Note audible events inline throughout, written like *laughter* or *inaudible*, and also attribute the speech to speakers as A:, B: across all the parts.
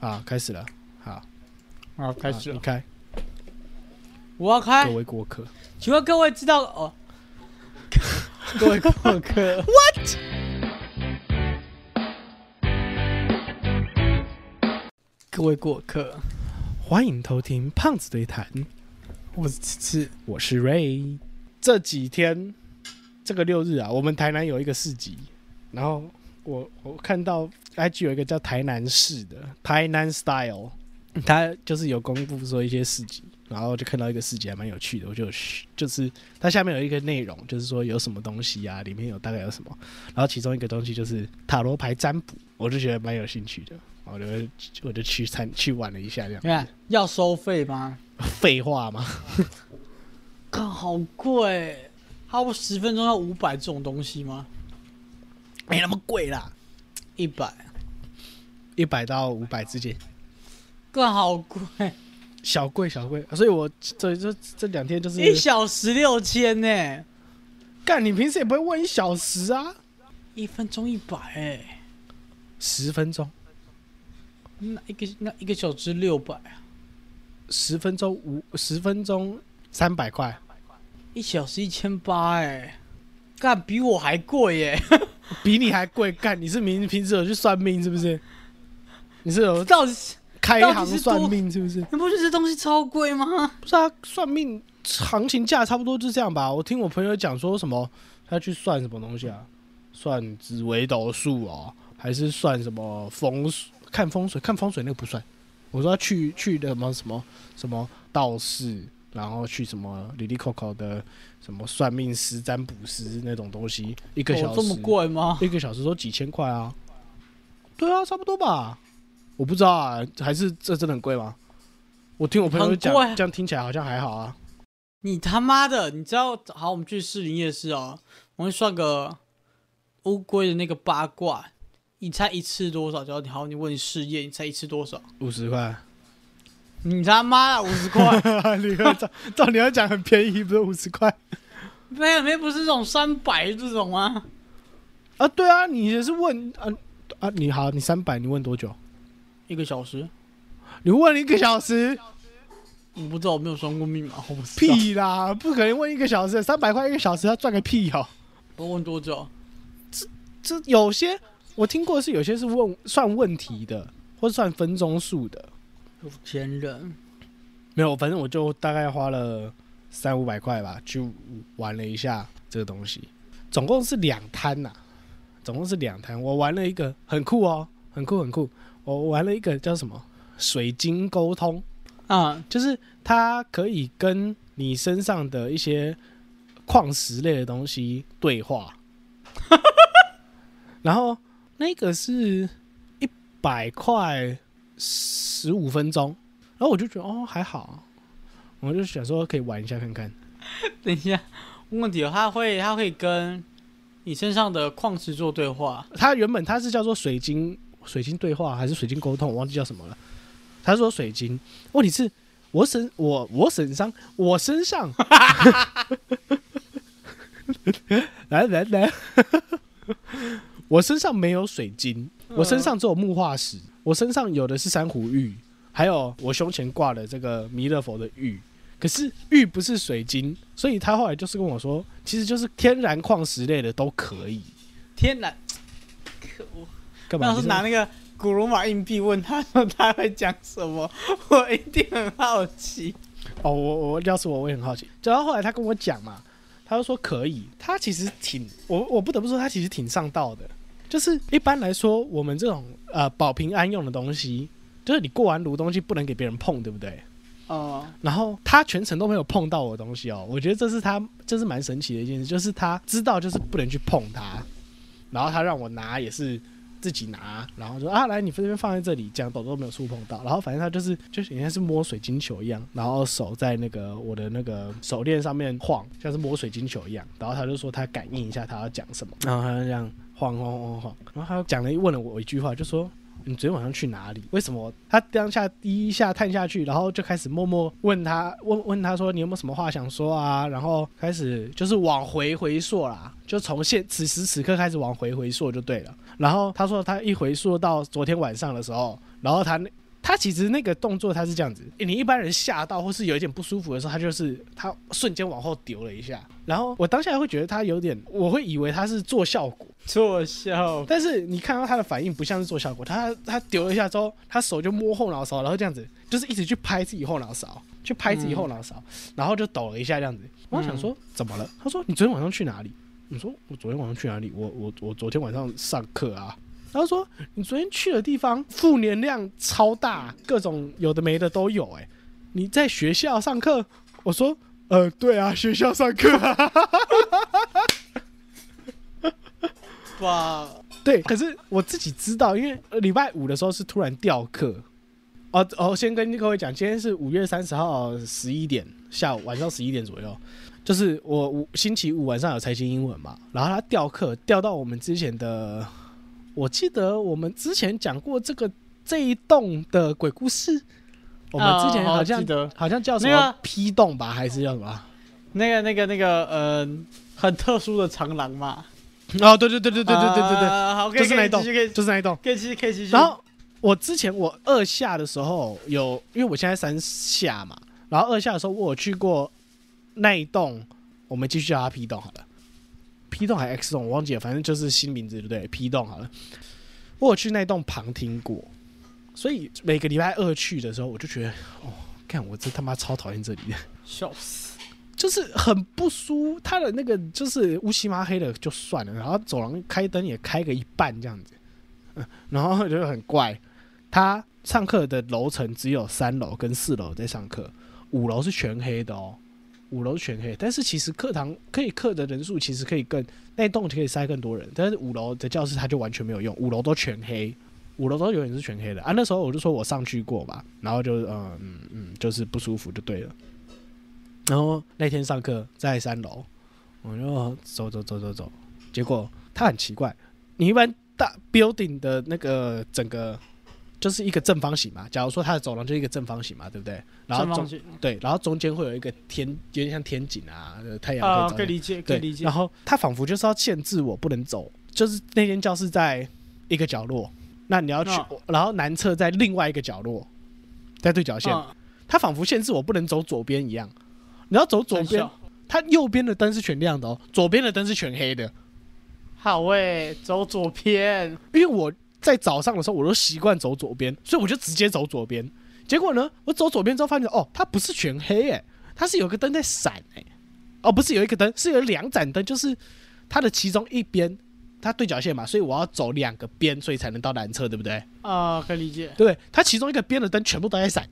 A: 啊，开始了，好，
B: 好，开始
A: 啊你
B: 了。
A: 开，
B: 我要开
A: 各。位过客，
B: 请问各位知道哦？ *laughs* 各位过客，What？各位过客，
A: 欢迎偷听胖子对谈，
B: 我是此次
A: 我是 Ray。这几天，这个六日啊，我们台南有一个市集，然后我我看到 IG 有一个叫台南市的台南 Style，它就是有公布说一些市集，然后就看到一个市集还蛮有趣的，我就有去就是它下面有一个内容，就是说有什么东西啊，里面有大概有什么，然后其中一个东西就是塔罗牌占卜，我就觉得蛮有兴趣的，然后我就我就去参去玩了一下这样
B: 你。看要收费吗？
A: *laughs* 废话嘛，
B: 靠，好贵！他不十分钟要五百这种东西吗？
A: 没那么贵啦。
B: 一百，
A: 一百到五百之间，
B: 更好贵，
A: 小贵小贵，所以我这这这两天就是
B: 一小时六千呢，
A: 干，你平时也不会问一小时啊，
B: 一分钟一百哎。
A: 十分钟，
B: 那一个那一个小时六百啊，
A: 十分钟五十分钟三百块，
B: 一小时一千八哎，干比我还贵欸耶！
A: 比你还贵，干，你是明平时有去算命是不是？你是有
B: 到底是
A: 开
B: 到底
A: 行
B: 是
A: 算
B: 多
A: 命是不是？
B: 你不觉得这东西超贵吗？
A: 不是啊，算命行情价差不多就这样吧。我听我朋友讲说什么，他去算什么东西啊？算紫微斗数哦，还是算什么风水？看风水，看风水那个不算。我说他去去的什么什么什么道士，然后去什么呃里里口口的什么算命师、占卜师那种东西，一个小
B: 哦
A: 时、
B: 这么贵吗？
A: 一个小时都几千块啊？对啊，差不多吧。我不知道啊，还是这真的很贵吗？我听我朋友讲
B: 很贵，啊
A: 这样听起来好像还好啊。
B: 你他妈的，你知道？好，我们去士林夜市哦，我们去算个乌龟的那个八卦，你猜一次多少？只要你好，你问你事业，你猜一次多少？
A: 五十
B: *laughs*
A: 块，
B: 你他妈五十 *laughs* 块？
A: 你要照照你要讲很便宜，不是五十块
B: 没有没有，不是这种三百这种吗？
A: 啊？对啊，你也是问啊啊，你好，你三百，你问多久？
B: 一个小时？
A: 你问了一个小时，
B: 我不知道，我没有算过密码，我不知道。
A: 屁啦，不可能问一个小时，三百块一个小时，他赚个屁哦、
B: 我问多久？
A: 这有些我听过是有些是问算问题的，或是算分钟数的，
B: 有钱人。
A: 没有，反正我就大概花了三五百块吧，去玩了一下这个东西。总共是两摊呐、总共是两摊。我玩了一个很酷哦，很酷很酷。我玩了一个叫什么水晶沟通，
B: 啊，
A: 就是它可以跟你身上的一些矿石类的东西对话。然后那个是一百块十五分钟，然后我就觉得哦还好，我就想说可以玩一下看看。
B: 等一下，问题哦他会他会跟你身上的矿石做对话，
A: 它原本它是叫做水晶水晶对话还是水晶沟通，我忘记叫什么了。他说水晶，问题是我身我我身上我身上， *laughs* 来来来，我身上没有水晶，
B: 嗯
A: 我身上只有木化石，我身上有的是珊瑚玉，还有我胸前挂的这个弥勒佛的玉。可是玉不是水晶，所以他后来就是跟我说，其实就是天然矿石类的都可以。
B: 天哪！可恶！
A: 干嘛？
B: 要
A: 你
B: 是
A: 说
B: 拿那个古罗马硬币问他说他会讲什么， *laughs* 我一定很好奇。
A: 哦，我我要是我，我也很好奇。然后后来他跟我讲嘛，他就说可以。他其实挺我我不得不说，他其实挺上道的。就是一般来说，我们这种呃保平安用的东西，就是你过完炉东西不能给别人碰，对不对？
B: 哦、
A: 然后他全程都没有碰到我的东西哦，我觉得这是他这是蛮神奇的一件事，就是他知道就是不能去碰它，然后他让我拿也是自己拿，然后说啊来你这边放在这里，这样手都没有触碰到，然后反正他就是就是应该是摸水晶球一样，然后手在那个我的那个手链上面晃，像是摸水晶球一样，然后他就说他感应一下他要讲什么，然后他就这样晃晃晃晃，然后他讲了问了我一句话，就说你昨天晚上去哪里？为什么他当下第一下探下去，然后就开始默默问他，问问他说你有没有什么话想说啊？然后开始就是往回回溯啦，就从现此时此刻开始往回回溯就对了。然后他说他一回溯到昨天晚上的时候，然后他那他其实那个动作他是这样子，你一般人吓到或是有一点不舒服的时候，他就是他瞬间往后丢了一下，然后我当下会觉得他有点，我会以为他是做效果，
B: 做效
A: 但是你看到他的反应不像是做效果，他他丢了一下之后，他手就摸后脑勺，然后这样子就是一直去拍自己后脑勺，去拍自己后脑勺，然后就抖了一下这样子。我想说、怎么了？他说你昨天晚上去哪里？我说我昨天晚上去哪里？我我我昨天晚上上课啊。他说你昨天去的地方负能量超大，各种有的没的都有、欸。哎，你在学校上课？我说呃对啊，学校上课、啊。
B: 吧，
A: 对，可是我自己知道，因为呃礼拜五的时候是突然调课。哦哦，先跟各位讲，今天是五月三十号十一点下午，晚上十一点左右，就是我五星期五晚上有财经英文嘛，然后他调课调到我们之前的，我记得我们之前讲过这个这一栋的鬼故事，我们之前
B: 哦
A: 好
B: 记
A: 像、
B: 得
A: 好像叫什
B: 没有
A: 么
B: 啊
A: P 栋吧，还是叫什么啊？
B: 那个那个那个呃，很特殊的长廊嘛，
A: 哦，对对对对对对对对对，
B: 啊好，可以
A: 就是
B: 可
A: 那
B: 以
A: 一栋
B: 继续可以，
A: 就是那一栋。
B: 可以继续可以继续，
A: 然后我之前我二下的时候有，因为我现在三下嘛，然后二下的时候我有去过那一栋，我们继续叫它 P 栋好了，P 栋还是 X 栋我忘记了，反正就是新名字对不对？P 栋好了，我有去那栋旁听过，所以每个礼拜二去的时候，我就觉得哦，看我这他妈超讨厌这里的。
B: 笑死，
A: 就是很不舒，他的那个就是乌漆麻黑的就算了，然后走廊开灯也开个一半这样子，嗯然后就很怪。他上课的楼层只有三楼跟四楼在上课，五楼是全黑的哦，五楼是全黑。但是其实课堂可以课的人数其实可以更那一栋可以塞更多人，但是五楼的教室他就完全没有用，五楼都全黑。五楼都永远是全黑的啊！那时候我就说我上去过吧，然后就嗯嗯嗯，就是不舒服就对了。然后那天上课在三楼，我就走走走走走，结果他很奇怪，你一般大 building 的那个整个就是一个正方形嘛，假如说它的走廊就是一个正方形嘛，对不对？然后
B: 绽放
A: 中
B: 去
A: 对，然后中间会有一个天，有点像天井啊，呃太阳可以
B: 啊，
A: 照
B: 可以
A: 进
B: 理解可
A: 对，
B: 以理解
A: 然，后他仿佛就是要限制我不能走，就是那间教室在一个角落，那你要去，
B: 嗯
A: 然后南侧在另外一个角落，在对角线，
B: 嗯
A: 他仿佛限制我不能走左边一样。你要走左
B: 很
A: 边
B: 小，
A: 它右边的灯是全亮的哦，左边的灯是全黑的。
B: 好诶，走左边，
A: 因为我在早上的时候我都习惯走左边，所以我就直接走左边。结果呢，我走左边之后发现，哦，它不是全黑诶、它是有个灯在闪诶、哦，不是有一个灯，是有两盏灯，就是它的其中一边，它对角线嘛，所以我要走两个边，所以才能到南侧，对不对？
B: 啊，可以理解，
A: 对不对？它其中一个边的灯全部都在闪，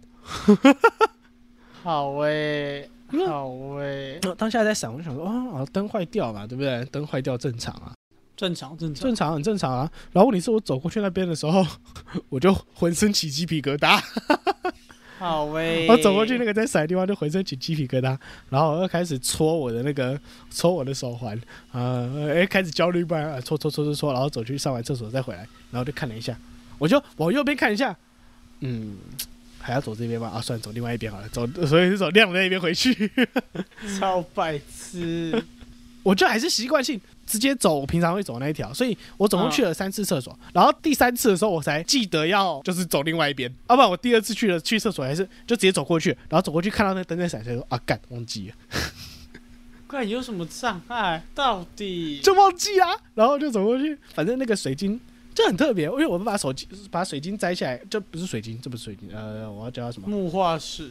B: 好诶，
A: 嗯
B: 好诶，
A: 呃当下在闪，我就想说，哦，哦灯坏掉嘛，对不对？灯坏掉正常啊，
B: 正常正常，
A: 正常很正常啊。然后问题是我走过去那边的时候， *laughs* 我就浑身起鸡皮疙瘩。
B: 好诶，
A: 我走过去那个在闪的地方就浑身起鸡皮疙瘩，然后我又开始搓我的那个搓我的手环，啊、呃，哎，开始焦虑不安，啊搓搓搓搓搓，然后走去上完厕所再回来，然后就看了一下，我就往右边看一下，嗯，还要走这边吗？啊，算了，走另外一边好了，走， *laughs* 所以是走亮的那一边回去，
B: 超白痴，
A: 我就还是习惯性直接走我平常会走的那一条，所以我总共去了三次厕所，然后第三次的时候我才记得要就是走另外一边，啊要、不然我第二次去了去厕所还是就直接走过去，然后走过去看到那灯在闪，才说啊干忘记了。
B: 怪有什么障碍？到底
A: 就忘记啊，然后就走过去，反正那个水晶就很特别，因为我们把手机把水晶摘下来，就不是水晶，这不是水晶，呃，我要叫它什么？
B: 木化石，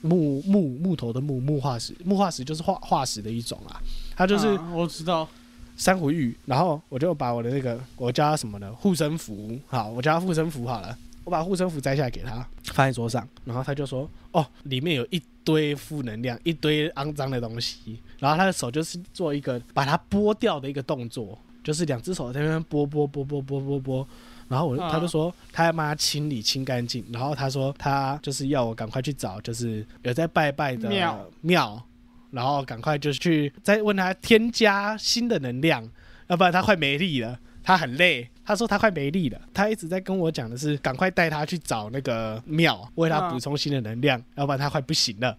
A: 木木木头的木木化石，木化石就是化化石的一种啊，它就是
B: 啊我知道，
A: 珊瑚玉。然后我就把我的那个我叫它什么呢？护身符，好，我叫它护身符好了，我把护身符摘下来给他，放在桌上，然后他就说：“哦，里面有一堆负能量，一堆肮脏的东西。”然后他的手就是做一个把它剥掉的一个动作，就是两只手在那边剥剥剥剥剥剥剥。然后我就
B: 啊
A: 他就说他要帮他清理清干净，然后他说他就是要我赶快去找，就是有在拜拜的
B: 庙
A: 庙，然后赶快就去再问他添加新的能量，啊要不然他快没力了。他很累，他说他快没力了，他一直在跟我讲的是赶快带他去找那个庙，为他
B: 嗯
A: 补充新的能量，要不然他快不行了。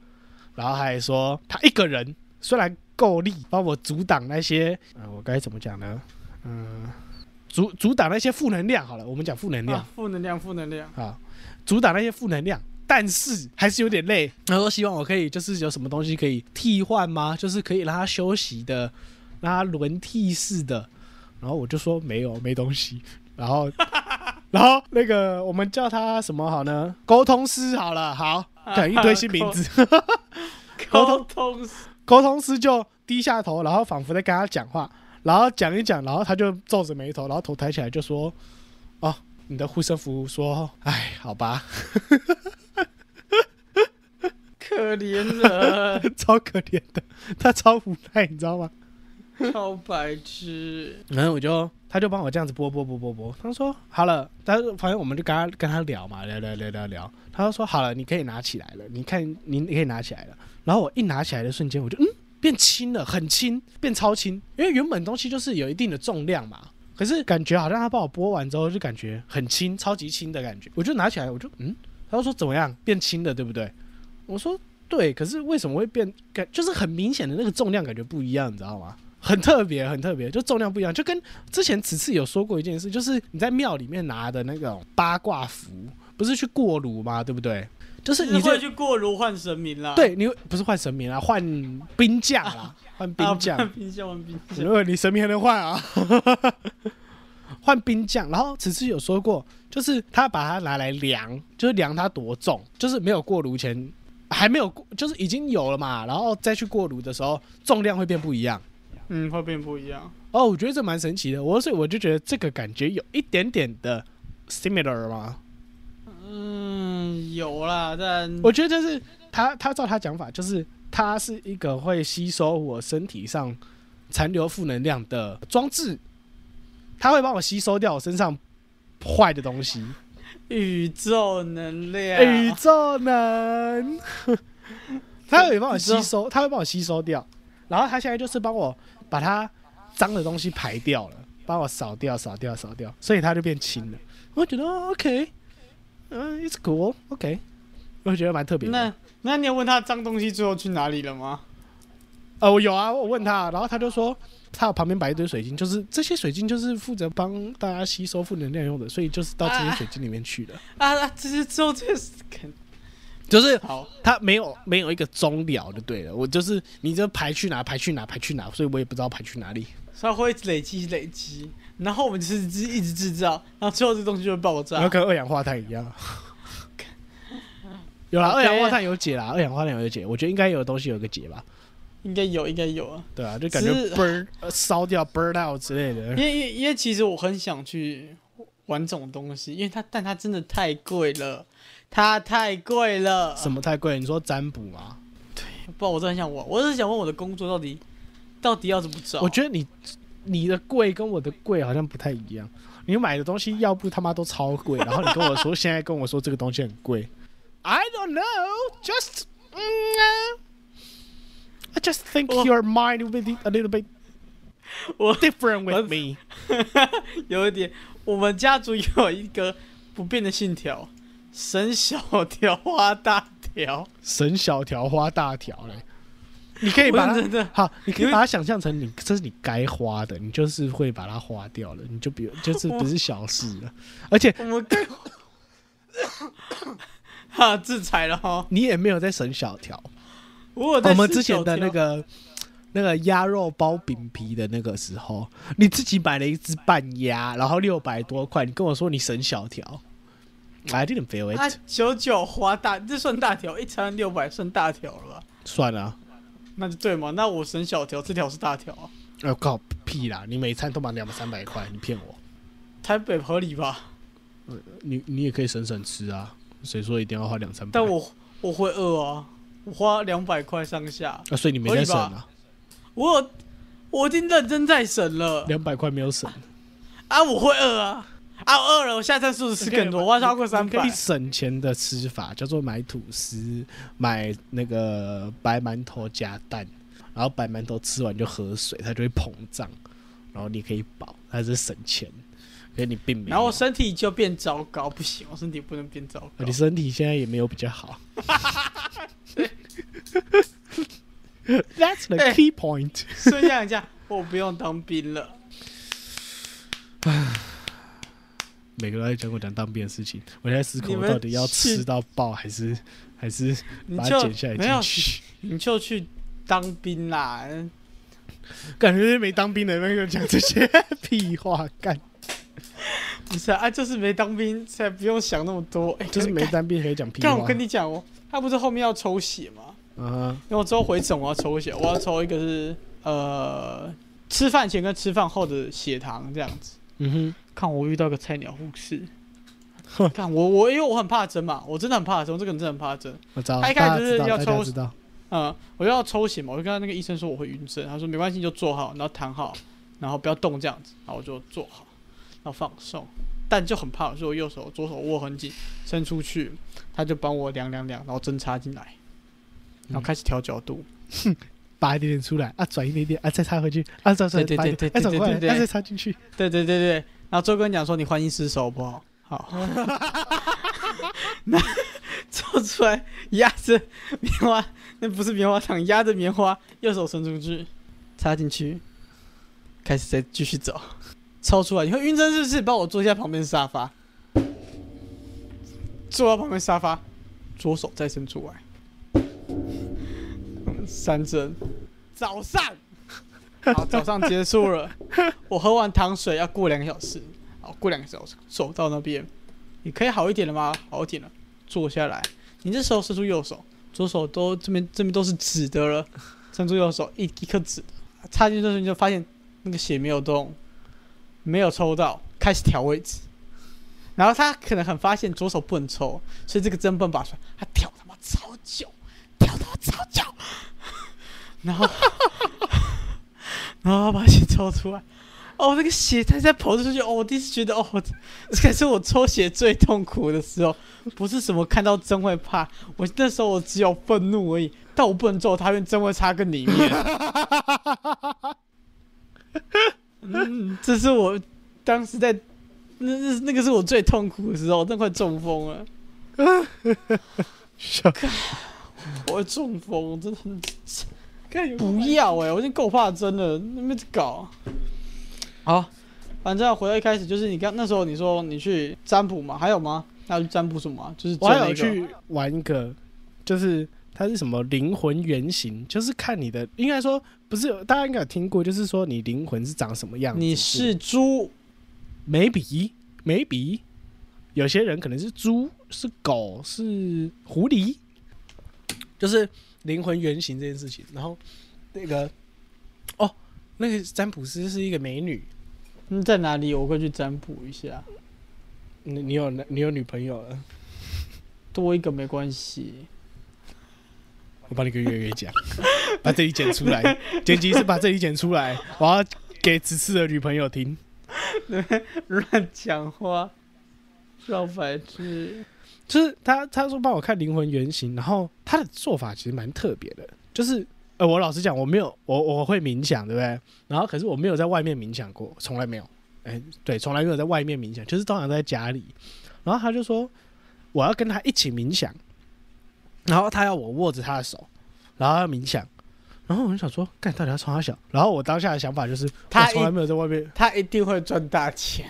A: 然后还说他一个人虽然够力帮我阻挡那些，呃，我该怎么讲呢？嗯、阻阻挡那些负能量好了，我们讲负能量
B: 啊，负能量，负能量。
A: 啊，阻挡那些负能量，但是还是有点累。他说希望我可以就是有什么东西可以替换吗？就是可以让他休息的，让他轮替式的。然后我就说没有，没东西。然后， *laughs* 然后那个我们叫他什么好呢？沟通师好了，好，讲一堆新名字。 *laughs* 沟
B: 沟
A: 通
B: 通
A: 沟通师就低下头，然后仿佛在跟他讲话，然后讲一讲，然后他就皱着眉头，然后头抬起来就说：“哦，你的护身符说，哎，好吧。”
B: 可
A: *laughs*
B: 怜人，
A: 超可怜的，他超无奈，你知道吗？
B: 超白痴。
A: 然后我就，他就帮我这样子拨拨拨拨拨，他说好了，他反正我们就跟他跟他聊嘛，聊聊聊聊聊，他就说好了，你可以拿起来了，你看你你可以拿起来了。然后我一拿起来的瞬间，我就嗯，变轻了，很轻，变超轻，因为原本东西就是有一定的重量嘛。可是感觉好像他帮我拨完之后，就感觉很轻，超级轻的感觉。我就拿起来，我就嗯，他就说怎么样，变轻了，对不对？我说对，可是为什么会变？感就是很明显的那个重量感觉不一样，你知道吗？很特别，很特别，就重量不一样，就跟之前此次有说过一件事，就是你在庙里面拿的那种八卦符，不是去过炉吗？对不对？就是
B: 你
A: 你这
B: 会去过炉换神明啦？
A: 对，你会不是换神明啊，换兵将啦，换
B: 啊啊，
A: 兵将。
B: 冰将，换冰
A: 如
B: 将。
A: 果你神明还能换啊，换兵将。然后此次有说过，就是他把它拿来量，就是量它多重，就是没有过炉前，还没有过，就是已经有了嘛，然后再去过炉的时候，重量会变不一样。
B: 嗯，会变不一样。
A: 哦，我觉得这蛮神奇的，我所以我就觉得这个感觉有一点点的 similar 嘛，
B: 嗯，有啦，但
A: 我觉得就是他，他照他讲法，就是他是一个会吸收我身体上残留负能量的装置，他会帮我吸收掉我身上坏的东西。
B: 宇宙能量，
A: 宇宙能，他会帮我吸收，他会帮我吸收掉，然后他现在就是帮我把它脏的东西排掉了，帮我扫掉、扫掉、扫掉，所以它就变轻了。我觉得、哦 OK，嗯、i t s cool，OK，、我觉得蛮特别的。
B: 那那你有问他脏东西最后去哪里了吗？
A: 呃，我有啊，我问他，然后他就说，他旁边摆一堆水晶，就是这些水晶就是负责帮大家吸收负能量用的，所以就是到这些水晶里面去的。
B: 啊，啊这是最后这是肯
A: 就是
B: 好，
A: 他没有没有一个终了就对了，我就是你这排去哪排去哪排去哪，所以我也不知道排去哪里。
B: 所以会累积累积，然后我们就是一直一直制造，然后最后这东西就会爆
A: 然后
B: 炸。
A: 跟二氧化碳一样。有啦，
B: OK
A: 二氧化碳有解啦，二氧化碳有解，我觉得应该有东西有个解吧，
B: 应该有，应该有啊。
A: 对啊，就感觉
B: 只是
A: burn 呃烧掉 burn out 之类的 *laughs*
B: 因，为因为因为其实我很想去玩这种东西，因为它但它真的太贵了，它太贵了。
A: 什么太贵？你说占卜吗？
B: 不，我真的很想玩，我只是想问我的工作到底到底要怎么找？
A: 我觉得你你的贵跟我的贵好像不太一样，你买的东西要不他妈都超贵，然后你跟我说现在跟我说这个东西很贵，I *laughs* don't know, just、I just think
B: 我
A: your mind will be a little bit
B: 我
A: different
B: 我
A: with me。
B: 有一点，我们家族有一个不变的信条：省小条花大条。
A: 省小条花大条嘞，你可以把
B: 我
A: 它
B: 真的
A: 好，你可以
B: 因为
A: 把它想象成你这是你该花的，你就是会把它花掉了，你就比就是不是小事了，而且
B: 我们跟 *coughs* 哈、制裁了哈。
A: 你也没有在省小条。
B: 我有在
A: 我们
B: 吃
A: 之前
B: 小
A: 的那
B: 条
A: 个那个鸭肉包饼皮的那个时候，你自己买了一只半鸭，然后六百多块，你跟我说你省小条，I didn't feel it，、
B: 啊，九九花大，这算大条，一餐六百算大条了吧？
A: 算了，
B: 那就对嘛，那我省小条，这条是大条啊，
A: 哎我、靠屁啦，你每餐都买两三百块，你骗我，
B: 台北合理吧？
A: 你你也可以省省吃啊，谁说一定要花两三百？*laughs*
B: 但我我会饿啊，我花两百块上下，
A: 啊，所以你没在省啊，
B: 我有我已经认真在省了
A: 两百块没有省，
B: 啊，我会饿啊啊，我饿了，我下餐素食吃更多，我要超过三
A: 你可
B: 百
A: 以，省钱的吃法叫做买吐司，买那个白馒头加蛋，然后白馒头吃完就喝水，它就会膨胀，然后你可以饱，它是省钱，可是你并没有。
B: 然后我身体就变糟糕，不行，我身体不能变糟糕
A: 你。身体现在也没有比较
B: *laughs*
A: 好。That's
B: *laughs*
A: the
B: 哎
A: key point
B: 所以讲一下，我不用当兵了，
A: 每个人都在讲我讲当兵的事情，我在思考
B: 你
A: 我
B: 们
A: 到底要
B: 是
A: 吃到爆还是 *laughs* 还是
B: 你
A: 把它
B: 就
A: 剪下来
B: 没有
A: 进，去。
B: 你就去当兵啦。
A: *laughs* 感觉是没当兵的那个讲这些 *laughs* 屁话，干
B: 不是啊，啊就是没当兵，才不用想那么多。哎、
A: 就是没
B: 干
A: 当兵可以讲屁话。
B: 干，我跟你讲哦，他不是后面要抽血吗？
A: 啊
B: 因为我之后回诊我要抽血，我要抽一个是呃吃饭前跟吃饭后的血糖这样子。
A: 嗯
B: 看我遇到个菜鸟护士 *laughs*
A: 哼，
B: 看我我因为我很怕针嘛，我真的很怕针，我这个人真的很怕针。
A: 哼，我知道，
B: 他
A: 大
B: 一开始
A: 家知道，
B: 就是要
A: 大家
B: 抽
A: 知道，
B: 嗯，我就要抽血嘛，我就跟他那个医生说我会晕针，他说没关系，你就坐好，然后躺好，然后不要动这样子，然后我就坐好，然后放松，但就很怕，所以我右手左手握很紧，伸出去，他就帮我量量量，然后针插进来，然后开始调角度，
A: 拔一点点出来啊，转一点点啊，再插回去啊，转转，
B: 对对
A: 拔一
B: 对
A: 点
B: 对
A: 哎，转过来，
B: 对对对
A: 啊，再插进去。
B: *laughs* 对对对对，然后最后跟你讲说你换一只手好不好？好， *laughs* 那做出来压着棉花，那不是棉花糖，压着棉花，右手伸出去，插进去，开始再继续走，抽出来，以后晕针是不是？帮我坐下旁边沙发，坐到旁边沙发，左手再伸出来，三针，早上，好，早上结束了。 *laughs* 我喝完糖水要过两个小时，好，过两个小时走到那边，你可以好一点了吗？好一点了，坐下来。你这时候伸出右手，左手都这边这边都是紫的了，伸出右手一一颗紫的，插进去的时候你就发现那个血没有动，没有抽到，开始调位置。然后他可能很发现左手不能抽，所以这个针不能拔出来，他调他妈超久，调他妈超久，然后 *laughs* 然后他把血抽出来。哦，那个血它在跑出去，哦，我第一次觉得，哦，我这个是我抽血最痛苦的时候，不是什么看到针会怕，我那时候我只有愤怒而已，但我不能揍他，因为针会插个里面。嗯，这是我当时在那那那个是我最痛苦的时候，我真的快中风了，
A: 笑
B: 我会中风，我真的很不要哎、我已经够怕针了，那边搞。好，反正回到一开始就是你刚那时候你说你去占卜嘛，还有吗？那去占卜什么啊、就是
A: 我
B: 做
A: 还
B: 那
A: 有
B: 个
A: 去玩一个，就是它是什么灵魂原型，就是看你的，应该说不是，大家应该有听过，就是说你灵魂是长什么样子。
B: 你是猪，
A: maybe maybe，有些人可能是猪，是狗，是狐狸，就是灵魂原型这件事情。然后那个哦，那个占卜师是一个美女，
B: 你在哪里？我会去占卜一下，
A: 你你有你有女朋友了，
B: 多一个没关系。
A: 我帮你跟月月讲， *laughs* 把这里剪出来，剪辑是把这里剪出来，我要给此次的女朋友听。
B: 乱讲话，绕白痴。
A: 就是他他说帮我看灵魂原型，然后他的做法其实蛮特别的，就是呃，我老实讲，我没有我我会冥想，对不对？然后可是我没有在外面冥想过，从来没有，哎、对，从来没有在外面冥想，就是通常都在家里。然后他就说我要跟他一起冥想，然后他要我握着他的手，然后要冥想。然后我就想说，干到底要冲他小？然后我当下的想法就是，
B: 他
A: 我从来没有在外面
B: 他一定会赚大钱。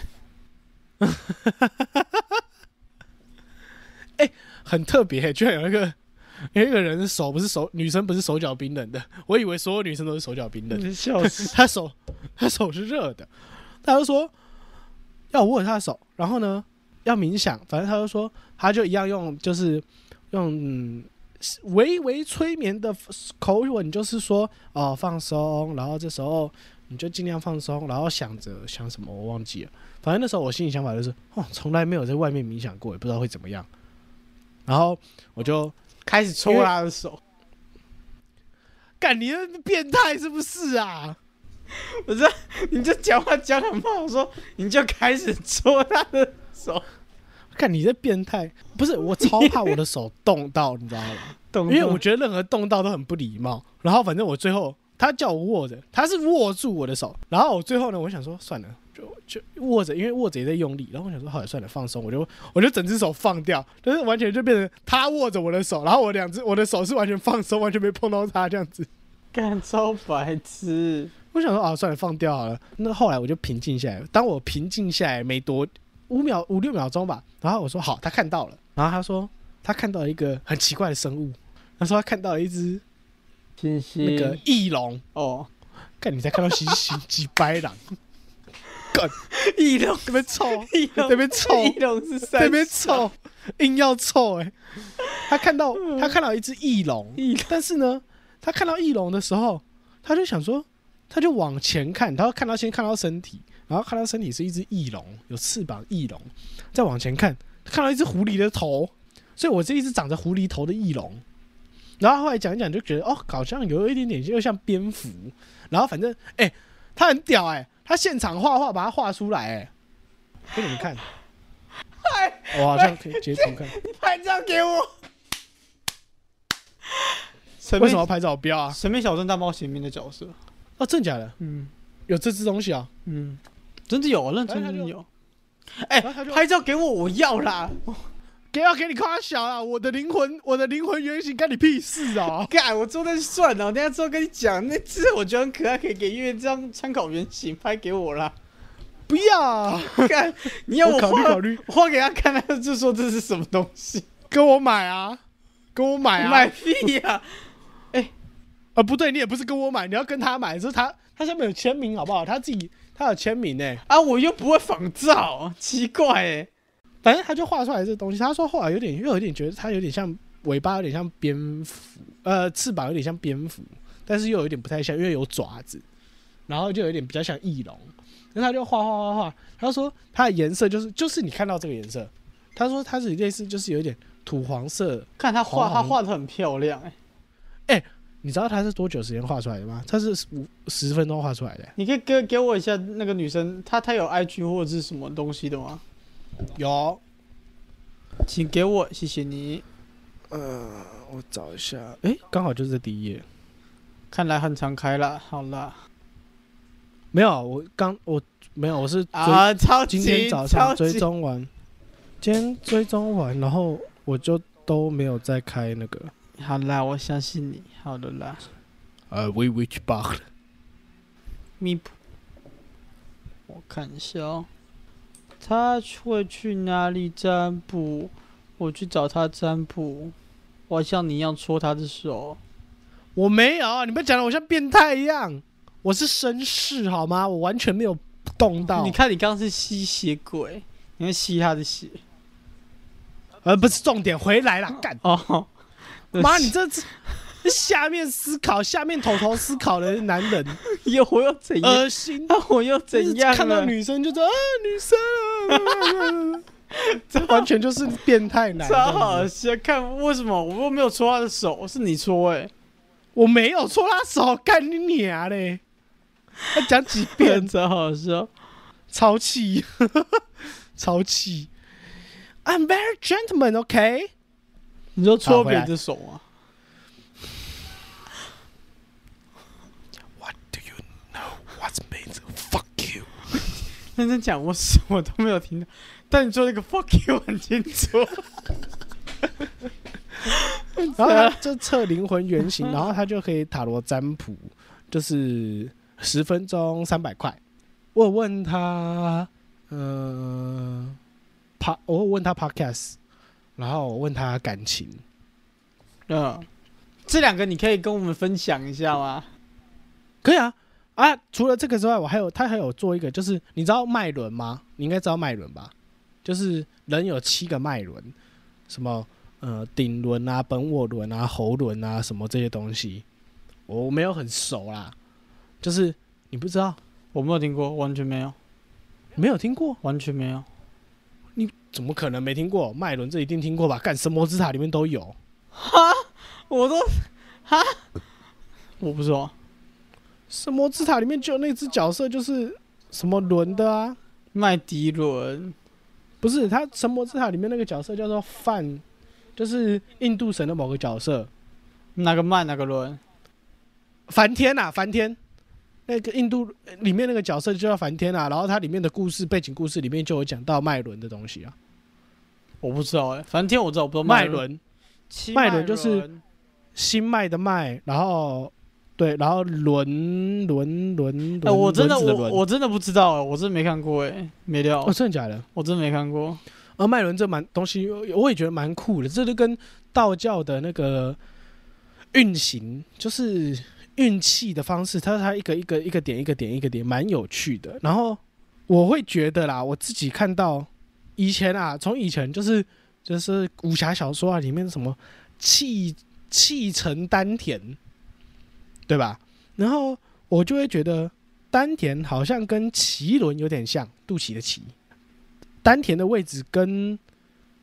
A: 很特别、居然有一个有一个人手不是手，女生不是手脚冰冷的，我以为所有女生都是手脚冰冷，
B: 你 *laughs* 笑
A: *laughs*
B: 死！
A: 她手她手是热的，他就说要握她的手，然后呢要冥想，反正他就说他就一样用就是用、嗯微微催眠的口吻，就是说哦放松，然后这时候你就尽量放松，然后想着想什么我忘记了，反正那时候我心里想法就是哦从来没有在外面冥想过，也不知道会怎么样，然后我就。
B: 开始抽他的手，
A: 干你那变态是不是啊？
B: 不是，你就讲话讲很慢，我说你就开始抽他的手，
A: 看你这变态，不是我超怕我的手动到，你知道吗？
B: 懂
A: 因为我觉得任何动到都很不礼貌。然后反正我最后他叫我握着，他是握住我的手，然后我最后呢，我想说算了，就就握着，因为握着也在用力。然后我想说好了，算了，放松，我就我就整只手放掉，就是完全就变成他握着我的手，然后我两只我的手是完全放松，完全没碰到他这样子。
B: 干超白痴，
A: 我想说啊，算了，放掉好了。那后来我就平静下来。当我平静下来没多五秒五六秒钟吧，然后我说好，他看到了。
B: 啊
A: 然后他说他看到了一个很奇怪的生物，他说他看到了一只
B: 星星
A: 那个翼龙。
B: 哦，
A: 干，你才看到猩
B: *laughs*
A: 猩鸡掰狼，
B: 翼龙，
A: 那边臭，
B: 翼
A: 那
B: 龙，
A: 边臭，
B: 翼龙是三，
A: 那边臭，硬要臭哎、他看到他看到一只翼龙，
B: 嗯翼龙
A: 但是呢，他看到翼龙的时候，他就想说，他就往前看，他看到先看到身体，然后看到身体是一只翼龙，有翅膀翼龙，再往前看，看到一只狐狸的头，所以我是一只长着狐狸头的翼龙。然后后来讲一讲，就觉得哦，好像有一点点又像蝙蝠。然后反正哎、他很屌哎、他现场画画把它画出来哎、给你们看。我好像可以截图看，
B: 你拍照给我。神
A: 为什么要拍照标啊？
B: 神秘小镇大冒险里面的角色？
A: 哦，真假的？
B: 嗯
A: 有这只东西啊？
B: 嗯，真的有，我认真
A: 反正他
B: 真
A: 就
B: 有。哎、
A: 然后他就
B: 拍照给我，我要啦！
A: 给要给你夸小啊！我的灵魂，我的灵魂原型干你屁事啊！
B: 干，我做那算了，我等一下之后跟你讲。那只我觉得很可爱，可以给月这样参考原型拍给我啦。
A: 不要啊，
B: *laughs* 看，你要
A: 我考虑
B: 画
A: 考虑
B: 我画给他看，他就说这是什么东西？
A: 跟我买啊，跟我买啊！
B: 买屁呀、
A: 啊，不对，你也不是跟我买，你要跟他买，就是他他下面有签名好不好？他自己他有签名呢、
B: 啊，我又不会仿照，奇怪哎、
A: 反正他就画出来这东西。他说后来有点又有点觉得它有点像尾巴，有点像蝙蝠，呃，翅膀有点像蝙蝠，但是又有一点不太像，因为有爪子，然后就有点比较像翼龙。那他就画画画画，他说它的颜色就是就是你看到这个颜色，他说它是类似就是有一点土黄色。
B: 看他画，
A: 黄
B: 他
A: 黄
B: 画的很漂亮哎、
A: 你知道它是多久时间画出来的吗？它是五十分钟画出来的、
B: 你可以给给我一下那个女生，她她有 IG 或者是什么东西的吗？
A: 有，
B: 请给我，谢谢你。
A: 呃，我找一下，诶，刚好就是这第一页。
B: 看来很常开了，好了
A: 没有，我刚我没有，我是追
B: 啊，超级
A: 今天早
B: 超
A: 上
B: 级
A: 追踪完，今天追踪完，然后我就都没有再开那个
B: 好啦，我相信你，好的啦，
A: 呃 We Which Bug。
B: 弥补。我看一下哦，他会去哪里占卜？我去找他占卜。我像你一样搓他的手。
A: 我没有，啊你们讲的我像变态一样，我是绅士好吗？我完全没有动到，
B: 你看，你刚刚是吸血鬼，你会吸他的血
A: 呃，不是重点，回
B: *laughs*
A: 来啦，干
B: 哦。
A: *laughs*
B: 对不
A: 妈，
B: 起
A: 你这次 *laughs* 下面思考，下面头头思考的男
B: *laughs*
A: 人，
B: 又我又怎样？
A: 恶心。
B: 那我呃又怎样啊
A: 看到
B: 了
A: 女生就说啊，女生
B: *laughs*
A: 啊，这完全就是变态男。
B: 超好笑！看为什么我又没有戳他的手，是你戳哎、
A: 我没有搓他手，干你娘嘞！他讲几
B: 变
A: 遍，
B: *laughs* 超好笑。
A: 超气， *laughs* 超气。I'm very gentleman, OK？
B: 你说戳
A: 好回
B: 别
A: 来
B: 人的手啊？
A: What do you know? What means fuck you？
B: 认真讲，我什么都没有听到，但你说那个 fuck you 很清楚。
A: 然后他就测灵魂原 *laughs* 型，然后他就可以塔罗占卜，就是十分钟三百块。我有问他，呃，pa 我有问他 podcast，然后我问他感情，
B: 嗯，这两个你可以跟我们分享一下吗？
A: 可以啊啊！除了这个之外，我还有他还有做一个，就是你知道脉轮吗？你应该知道脉轮吧？就是人有七个脉轮，什么呃顶轮啊、本我轮啊、喉轮啊，什么这些东西，我没有很熟啦。就是你不知道，
B: 我没有听过，完全没有，
A: 没有听过，
B: 完全没有。
A: 怎么可能没听过？脉轮这一定听过吧？干神魔之塔里面都有，
B: 我都哈，我不知道，
A: 神魔之塔里面就有那只角色就是什么轮的啊？
B: 麦迪伦
A: 不是，他《神魔之塔》里面那个角色叫做范，就是印度神的某个角色，
B: 哪个麦哪个伦？
A: 梵天呐、啊，梵天。那个印度呃里面那个角色就叫梵天啊，然后它里面的故事背景故事里面就有讲到脉轮的东西啊。
B: 我不知道哎、反正天我知道，我不知道
A: 脉
B: 轮。
A: 轮，
B: 七
A: 麦伦就是心脉的脉，然后对，然后轮轮轮
B: 哎，
A: 轮，
B: 我真的
A: 轮子的
B: 我
A: 轮，
B: 我真的不知道哎，我真没看过哎，没料
A: 哦，，真的假的？
B: 我真没看过。
A: 而脉轮这蛮东西，我也觉得蛮酷的。这就跟道教的那个运行，就是运气的方式，它它一个一个一个点一个点一个点，蛮有趣的。然后我会觉得啦，我自己看到以前啊，从以前就是就是武侠小说啊里面什么气气沉丹田，对吧？然后我就会觉得丹田好像跟脐轮有点像，肚脐的脐。丹田的位置跟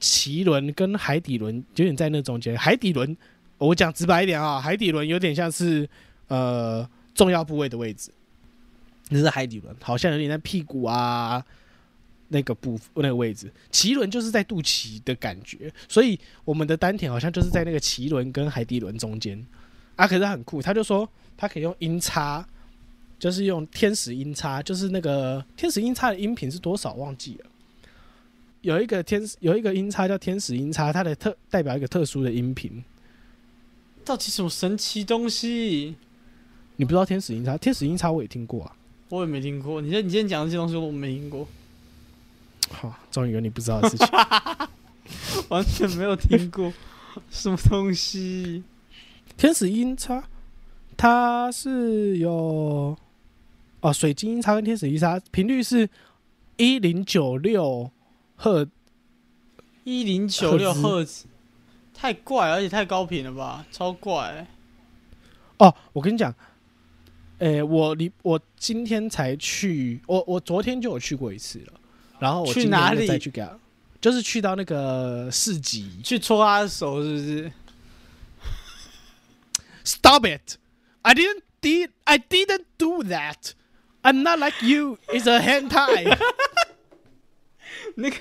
A: 脐轮跟海底轮有点在那中间。海底轮，我讲直白一点啊，海底轮有点像是呃重要部位的位置，那是呃海底轮，好像有点在屁股啊那个部那个位置。脐轮就是在肚脐的感觉，所以我们的丹田好像就是在那个脐轮跟海底轮中间啊。可是它很酷，他就说他可以用音叉。就是用天使音叉，就是那个天使音叉的音频是多少忘记了。有一个天使有一个音叉叫天使音叉，它的特代表一个特殊的音频。
B: 到底什么神奇东西？
A: 你不知道天使音叉？天使音叉我也听过啊。
B: 我也没听过。你这你今天讲这些东西我没听过，
A: 好、终于有你不知道的
B: *laughs*
A: 事情。
B: 完全没有听过， *laughs* 什么东西？
A: 天使音叉，它是有哦，水晶音叉跟天使音叉频率是一零九六赫，
B: 一零九六
A: 赫兹
B: 赫兹，太怪了，而且太高频了吧，超怪欸、
A: 哦，我跟你讲，诶、我离我今天才去，我我昨天就有去过一次了，然后我
B: 去
A: 今天
B: 哪
A: 又
B: 里
A: 再去给他，就是去到那个市集。
B: 去戳他的手是不是？
A: Stop it! I didn't did I didn't do that. I'm not like you. It's a hand tie.
B: 那个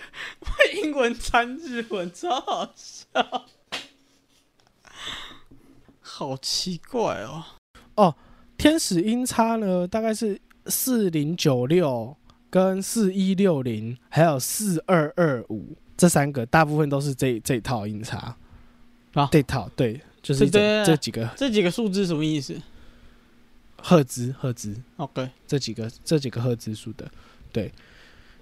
B: 英文掺日文，超好笑，好奇怪哦。
A: *laughs* 天使音叉呢，大概是四零九六跟四一六零，还有四二二五这三个，大部分都是这这一套音叉
B: 啊
A: 这一套对，就是
B: 对对
A: 这
B: 对
A: 这几个
B: 这几个数字什么意思
A: 赫兹赫兹。
B: ？OK，
A: 这几个这几个赫兹数的，对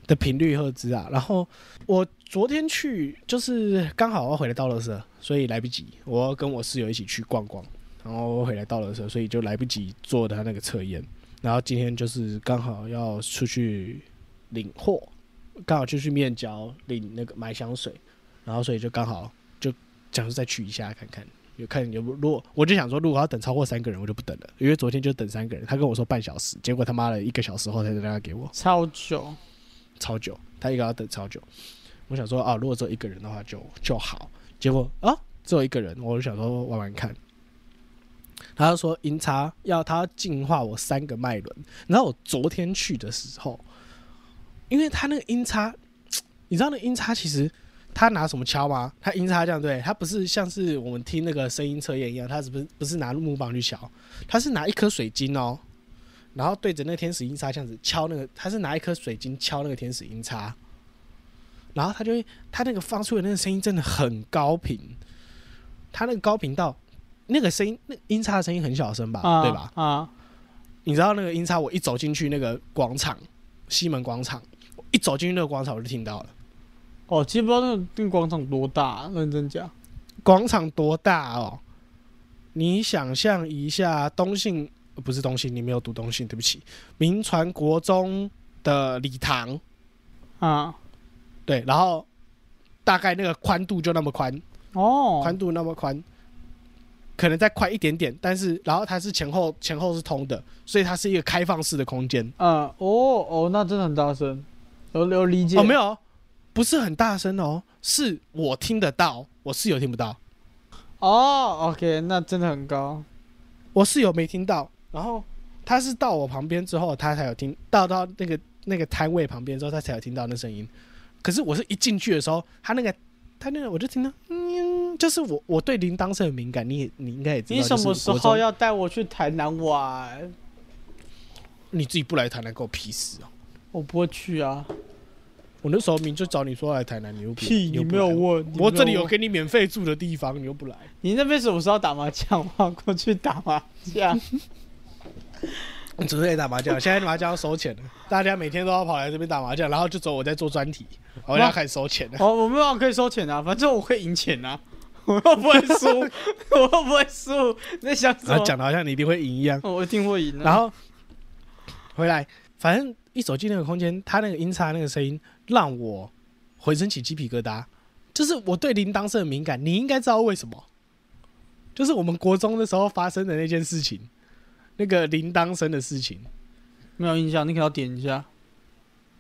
A: 的频率赫兹啊。然后我昨天去，就是刚好我要回来到乐社，所以来不及，我要跟我室友一起去逛逛，然后我回来到乐社，所以就来不及做他那个测验。然后今天就是刚好要出去领货，刚好就去面交领那个买香水，然后所以就刚好就想说再去一下看看。有看有如果我就想说，如果要等超过三个人，我就不等了，因为昨天就等三个人，他跟我说半小时，结果他妈的一个小时后才打电话给我，
B: 超久。
A: 超久，他一个要等超久。我想说啊，如果只有一个人的话就就好，结果啊只有一个人，我就想说玩玩看。他就说银茶要他净化我三个脉轮，然后我昨天去的时候，因为他那个音叉，你知道那个音叉其实他拿什么敲吗？他音叉这样对，他不是像是我们听那个声音测验一样，他是不是不是拿木棒去敲，他是拿一颗水晶哦，然后对着那个天使音叉这样子敲那个，他是拿一颗水晶敲那个天使音叉，然后他就会他那个放出的那个声音真的很高频，他那个高频到那个声音，那个音叉的声音很小声吧，
B: 啊，
A: 对吧？？
B: 啊，
A: 你知道那个音叉，我一走进去那个广场，西门广场，我一走进去那个广场我就听到了。
B: 哦，其实不知道那个那个广场多大、认真讲。
A: 广场多大哦？你想象一下，东信呃不是东信，你没有读东信，对不起，民传国中的礼堂，
B: 啊，
A: 对，然后大概那个宽度就那么宽，
B: 哦，
A: 宽度那么宽，可能再宽一点点，但是然后它是前后前后是通的，所以它是一个开放式的空间。
B: 呃，哦哦，那真的很大声，有有理解
A: 哦，没有，不是很大声哦，是我听得到，我室友听不到，
B: 哦，OK，那真的很高，
A: 我室友没听到。然后他是到我旁边之后，他才有听到到那个那个摊位旁边之后，他才有听到那声音。可是我是一进去的时候，他那个他那个我就听到，嗯，就是我我对铃铛是很敏感，你也你应该也知道。
B: 你什么时
A: 就是国
B: 候
A: 中
B: 要带我去台南玩？
A: 你自己不来台南，给我屁事哦！
B: 我不会去啊，
A: 我那时候明就找你说来台南，你又不
B: 屁，
A: 你又
B: 你
A: 不
B: 没有
A: 来
B: 问，你没
A: 我这里有
B: 问
A: 给你免费住的地方，你又不来。
B: 你那边什么时候打麻将？我要过去打麻将。
A: *laughs* 你只是在打麻将，现在麻将要收钱了，大家每天都要跑来这边打麻将，然后就走我在做专题，然后要开始收钱了。
B: 我我没有办法可以收钱啊，反正我会赢钱啊，我又不会输，我又不会输。你在想什
A: 然
B: 么
A: 后？讲的好像你一定会赢一样，
B: 哦我一定会赢、啊。
A: 然后回来，反正一走进那个空间，他那个音叉那个声音让我浑身起鸡皮疙瘩，就是我对铃铛是很敏感，你应该知道为什么，就是我们国中的时候发生的那件事情，那个铃铛声的事情。
B: 没有印象，你可能要点一下。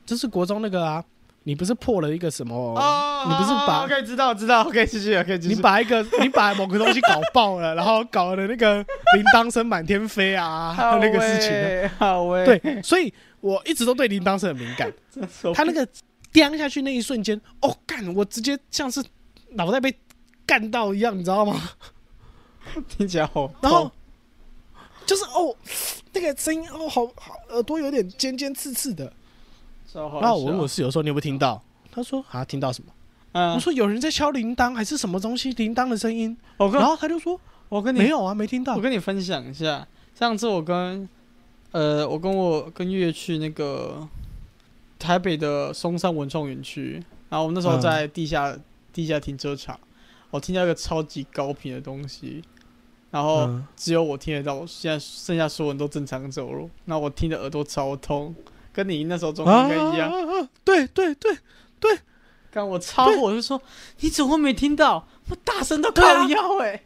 A: 就是国中那个啊，你不是破了一个什么？
B: 哦
A: 你不是把
B: OK 知道知道，OK 继续，OK 继续。
A: 你把一个 *laughs* 你把某个东西搞爆了，然后搞的那个铃铛声满天飞啊，
B: 好
A: 那个事情啊。
B: 喂，好喂，
A: 对，所以我一直都对铃铛声很敏
B: *laughs*
A: 感。
B: 真受不了，
A: 他那个叮下去那一瞬间，哦干，我直接像是脑袋被干到一样，你知道吗？
B: 听起来好痛，
A: 然后就是哦，那个声音哦，好好耳朵有点尖尖刺刺的。
B: 超好笑。啊
A: 然后我问我室友说：“你有没有听到？”他说：“啊，听到什么？”我
B: 嗯，
A: 说有人在敲铃铛还是什么东西铃铛的声音，
B: 我跟
A: 然后他就说
B: 我跟你
A: 没有啊，没听到
B: 我。跟你分享一下，上次我跟呃，我跟我跟月去那个台北的松山文创园区，然后我们那时候
A: 嗯
B: 在地下、地下停车场，我听到一个超级高频的东西，然后
A: 嗯
B: 只有我听得到，现在剩下所有人都正常走路，那我听的耳朵超痛，跟你那时候状况应该一样。
A: 啊，对对对
B: 刚、我超
A: 对
B: 火，我就说你怎么会没听到？我大声 *laughs* 到靠
A: 对啊
B: 腰哎、欸，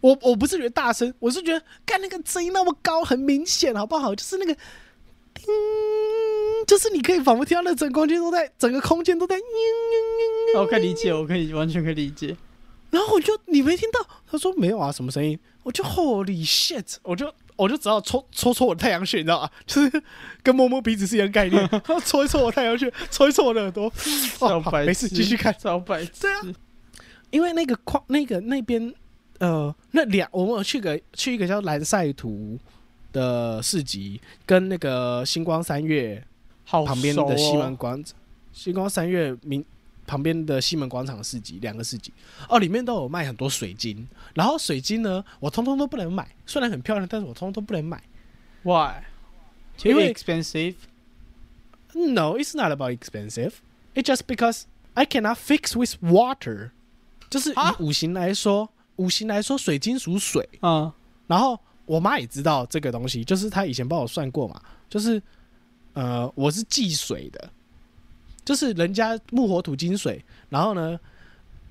A: 我我不是觉得大声，我是觉得干那个声音那么高，很明显，好不好？就是那个叮，就是你可以仿佛听到那整个空间都在，整个空间都在嘤嘤嘤嘤。
B: 哦我可以理解，我可以完全可以理解。
A: 然后我就你没听到，他说没有啊，什么声音？我就 Holy shit！我就我就只好搓搓搓我的太阳穴，你知道吗？就是跟摸摸鼻子是一样概念，搓一搓我太阳穴，搓一搓我的耳朵。
B: 超
A: 哦，好
B: 白痴，
A: 没事，继续看。
B: 超白痴。
A: 对啊因为那个框，那个那边，呃，那两我们有去个去一个叫蓝晒图的市集，跟那个星光三月
B: 好哦
A: 旁边的西门
B: 门，
A: 广场，星光三月明旁边的西门广场市集，两个市集哦，里面都有卖很多水晶，然后水晶呢，我通通都不能买，虽然很漂亮，但是我通通都不能买。
B: Why？
A: 因为
B: Too expensive。
A: No, it's not about expensive. It's just because I cannot fix with water. 就是以
B: 啊
A: 五行来说，五行来说，水晶属水，
B: 嗯，
A: 然后我妈也知道这个东西，就是她以前帮我算过嘛，就是呃，我是忌水的，就是人家木火土金水，然后呢，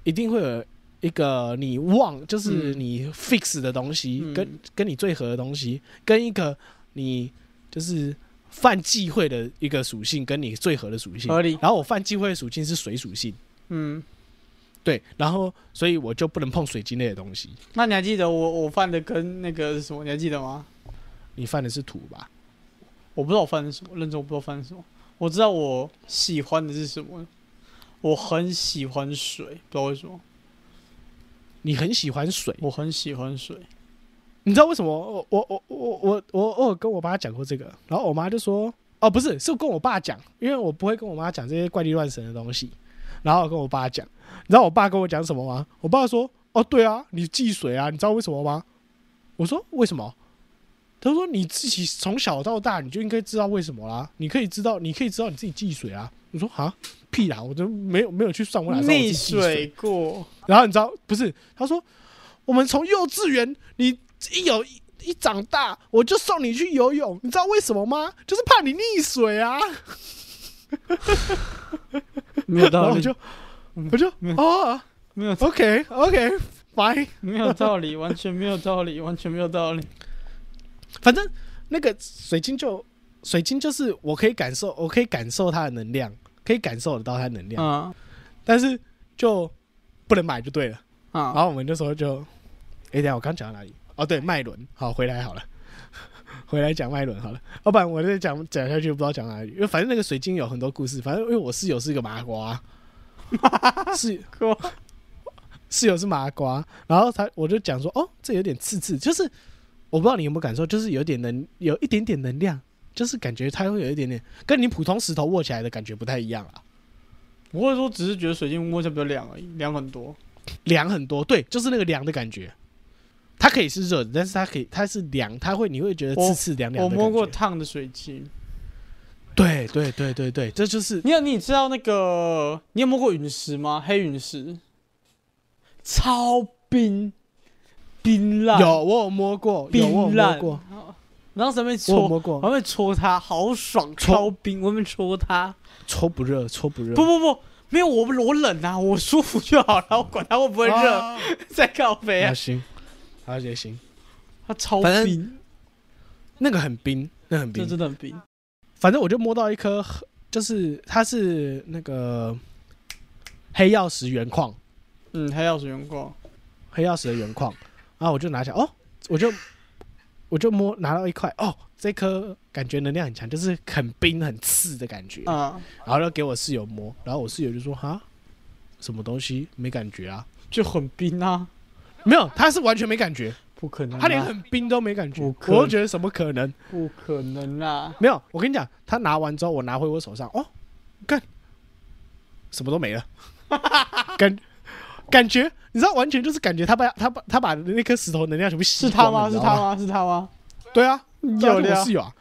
A: 一定会有一个你旺，就是
B: 嗯
A: 你 fix 的东西，
B: 嗯
A: 跟跟你最合的东西，跟一个你就是犯忌讳的一个属性，跟你最合的属性。
B: 合理。
A: 然后我犯忌讳的属性是水属性，
B: 嗯，
A: 对，然后所以我就不能碰水晶类的东西。
B: 那你还记得我我犯的跟那个是什么？你还记得吗？
A: 你犯的是土吧？
B: 我不知道我犯的是什么，认真我不知道犯的是什么。我知道我喜欢的是什么，我很喜欢水，不知道为什么，
A: 你很喜欢水。
B: 我很喜欢水。
A: 你知道为什么我我我我我我我有跟我妈讲过这个，然后我妈就说哦不是，是跟我爸讲，因为我不会跟我妈讲这些怪力乱神的东西，然后我跟我爸讲，你知道我爸跟我讲什么吗？我爸说哦对啊，你忌水啊，你知道为什么吗？我说为什么？他说你自己从小到大你就应该知道为什么啦，你可以知道你可以知道你自己忌水啊。我说啊屁啦，我都没有没有去算我哪知道我自己
B: 溺
A: 忌水
B: 水过，
A: 然后你知道不是？他说我们从幼稚园，你一有一一长大，我就送你去游泳，你知道为什么吗？就是怕你溺水啊。
B: 没有
A: 然
B: 道
A: 后我
B: 理，
A: 就我就哦
B: 没有
A: ，OK OK fine，
B: 没有道理，完全没有道理，完全没有道理。
A: *laughs* 反正那个水晶就水晶就是我可以感受，我可以感受它的能量，可以感受得到它的能量，
B: 嗯
A: 但是就不能买就对了。
B: 嗯
A: 然，后我们那时候就，哎、等一下我刚讲到哪里？哦，对，脉轮。好，回来好了， *laughs* 回来讲脉轮好了。要不然我再讲讲下去，不知道讲哪里。因为反正那个水晶有很多故事。反正因为我室友是一个麻瓜，室
B: 过
A: 室友是麻瓜，然后他我就讲说，哦，这有点刺刺，就是我不知道你有没有感受，就是有点能有一点点能量，就是感觉它会有一点点跟你普通石头握起来的感觉不太一样啊。
B: 不会说只是觉得水晶摸起来比较凉而已，凉很多。
A: 凉很多，对，就是那个凉的感觉。它可以是热的，但是它可以它是凉，它会你会觉得
B: 我
A: 刺刺凉凉
B: 我
A: 的感觉。
B: 摸过烫的水晶，
A: 对对对对对，这就是
B: 你有你知道那个你有摸过陨石吗？黑陨石，超冰，冰烂，
A: 有我有摸过，有我有
B: 冰
A: 摸
B: 烂
A: 过，，
B: 然后上面
A: 我有
B: 搓，啊
A: 摸过，
B: 上面搓它，好爽，
A: 戳
B: 超冰，外面搓它，
A: 搓不热，搓不热，
B: 不不不。没有我不我冷啊，我舒服就好了，我管它会不会热，
A: 啊
B: 在靠北
A: 那
B: 啊，
A: 行，好也行，
B: 它超
A: 反正
B: 冰，
A: 那个很冰，那很
B: 这
A: 冰。
B: 真的很冰。
A: 反正我就摸到一颗很，就是它是那个黑曜石原矿，
B: 嗯，黑曜石原矿，
A: 黑曜石的原矿，然后我就拿起来，哦，我就我就摸拿到一块，哦，这颗感觉能量很强，就是很冰很刺的感觉，
B: 啊，
A: 然后就给我室友摸，然后我室友就说哈，什么东西没感觉啊？
B: 就很冰啊，
A: 没有，他是完全没感觉，
B: 不可能啊，
A: 他连很冰都没感觉，
B: 不
A: 我
B: 可能
A: 就觉得什么可啊能？
B: 不可能啦，
A: 没有，我跟你讲，他拿完之后，我拿回我手上，哦，干，什么都没了，感感觉，你知道，完全就是感觉他把他把他把那颗石头能量全部吸
B: 是他
A: 光了
B: 吗？
A: 你
B: 是
A: 知道
B: 他
A: 吗？
B: 吗？是他吗？
A: 对啊， *laughs* 对啊就
B: 有
A: 我
B: 的
A: 室友啊，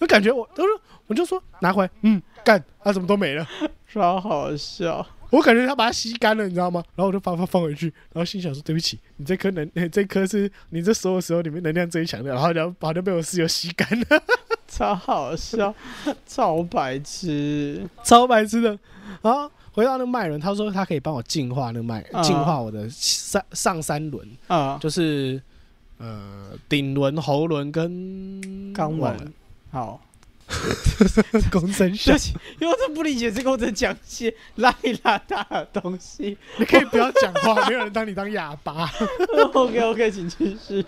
A: 我感觉我，他说我就说拿回来，嗯，干，啊，什么都没了，
B: 超好笑。
A: 我感觉他把它吸干了，你知道吗？然后我就把它放回去，然后心想说对不起，你这颗能，这颗是你这所有石头里面能量最强的，然后然后把它被我室友吸干了。 *laughs*
B: 超好笑， *laughs* 超白痴。
A: 超白痴的。然后回到那个脉轮，他说他可以帮我净化那个脉，
B: 嗯
A: 净化我的上上三轮，
B: 啊！
A: 就是呃顶轮、喉轮跟
B: 肛门
A: 忘了
B: 好，
A: *laughs* 公生 *laughs*
B: 对
A: 下
B: 不。起，因为我真不理解这个，我只讲一些 *laughs* 邋里邋遢的东西。 *laughs*
A: 你可以不要讲话，没有人当你当哑巴。
B: OK OK，请继续。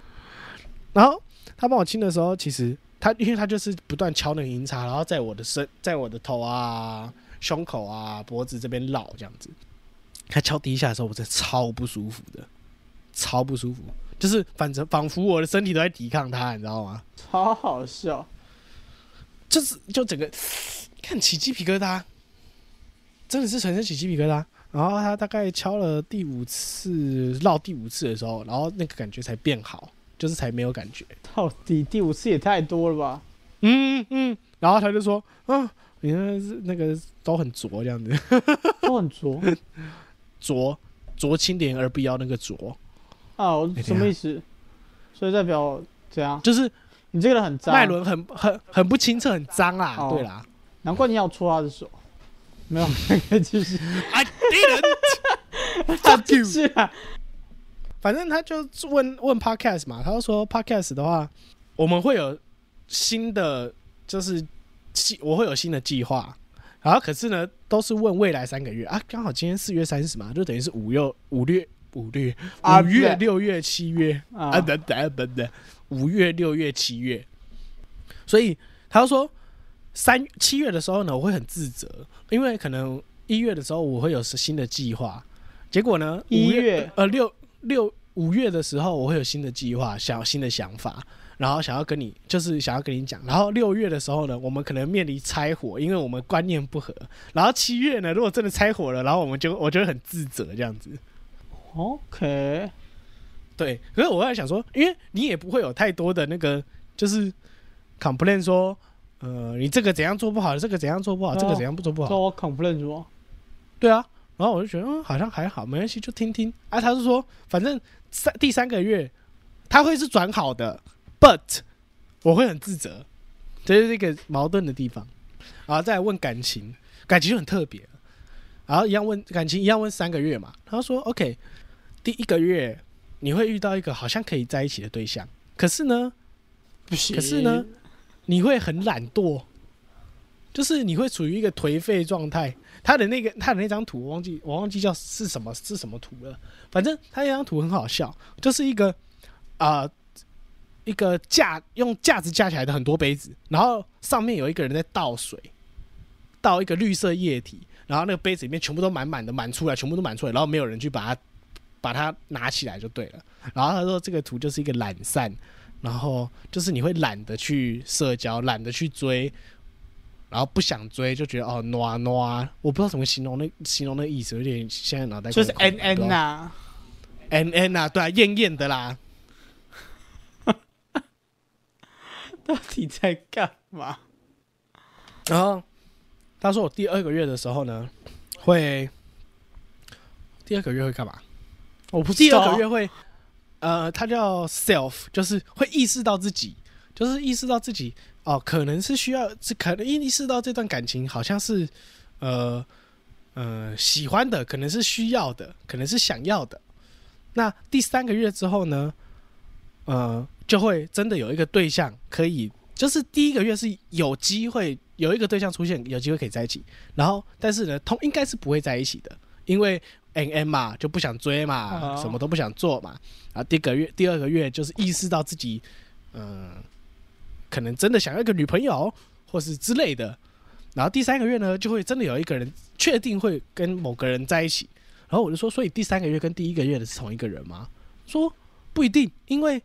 A: 然后他帮我清的时候，其实他因为他就是不断敲那个银叉，然后在我的身，在我的头啊、胸口啊、脖子这边绕这样子。他敲第一下的时候，我真的超不舒服的，超不舒服，就是反正仿佛我的身体都在抵抗他，你知道吗？
B: 超好笑，
A: 就是就整个看起鸡皮疙瘩，真的是全身起鸡皮疙瘩。然后他大概敲了第五次，绕第五次的时候，然后那个感觉才变好，就是才没有感觉。
B: 到底第五次也太多了吧？
A: 嗯嗯，然后他就说，啊，你那是那个都很浊这样子，
B: 都很浊
A: 浊浊清点而不要那个浊，
B: 啊！我
A: 哎
B: 什么意思？所以代表怎样？
A: 就是
B: 你这个人很
A: 脉
B: 脏，
A: 轮很很很不清澈，很脏啦，
B: 哦
A: 对啦
B: 难怪你要搓他的手。没有，就是
A: ，I didn't 。Fuck
B: *laughs*
A: you！
B: 是啊，
A: 反正他就问问 podcast 嘛，他就说 podcast 的话，我们会有新的，就是计我会有新的计划，然后可是呢，都是问未来三个月啊，刚好今天四月三十嘛，就等于是五六五月五月
B: 啊
A: 五月
B: 对
A: 六月七月啊，
B: 啊，
A: 等等等等，五月六月七月，所以他就说三七月的时候呢，我会很自责，因为可能一月的时候我会有新的计划，结果呢，五
B: 一
A: 月
B: 月
A: 呃六六五月的时候，我会有新的计划，想要新的想法，然后想要跟你就是想要跟你讲。然后六月的时候呢，我们可能面临拆伙，因为我们观念不合。然后七月呢，如果真的拆伙了，然后我们就我就会很自责这样子。
B: OK，
A: 对，可是我在想说，因为你也不会有太多的那个就是 complain 说，呃，你这个怎样做不好，这个怎样做不好，
B: 对啊
A: 这个怎样不做不
B: 知道
A: 好。
B: 我 complain 什么？
A: 对啊，然后我就觉得嗯，好像还好，没关系，就听听。啊，他是说，反正三第三个月他会是转好的，but 我会很自责，这就是这个矛盾的地方。然后再来问感情，感情就很特别，然后一样问感情，一样问三个月嘛。他说 OK，第一个月你会遇到一个好像可以在一起的对象，可是呢，
B: 不行。
A: 可是呢，你会很懒惰，就是你会处于一个颓废状态。他的那个他的那张图，我忘记我忘记叫是什么是什么图了。反正他那张图很好笑，就是一个啊、呃一个架用架子架起来的很多杯子，然后上面有一个人在倒水，倒一个绿色液体，然后那个杯子里面全部都满满的满出来，全部都满出来，然后没有人去把它把它拿起来就对了。然后他说这个图就是一个懒散，然后就是你会懒得去社交，懒得去追，然后不想追就觉得哦挪啊挪啊，我不知道怎么形容那形容那意思，有点现在脑袋
B: 哎就
A: 空
B: 是
A: 空
B: N N 啊
A: 不知道
B: 呐，
A: N N 啊，对啊，艳艳的啦，
B: *laughs* 到底在干嘛？
A: 然后他说我第二个月的时候呢，会第二个月会干嘛？
B: 我不
A: 第
B: 知道
A: 二个月会，呃，它叫 self，就是会意识到自己，就是意识到自己哦，可能是需要，是可能意识到这段感情好像是，呃呃，喜欢的，可能是需要的，可能是想要的。那第三个月之后呢，呃，就会真的有一个对象可以，就是第一个月是有机会有一个对象出现，有机会可以在一起。然后，但是呢，通应该是不会在一起的，因为 N N 嘛就不想追嘛，
B: 哦
A: 什么都不想做嘛。然后第一个月、第二个月就是意识到自己，嗯、可能真的想要一个女朋友，或是之类的。然后第三个月呢，就会真的有一个人确定会跟某个人在一起。然后我就说，所以第三个月跟第一个月的是同一个人吗？说不一定，因为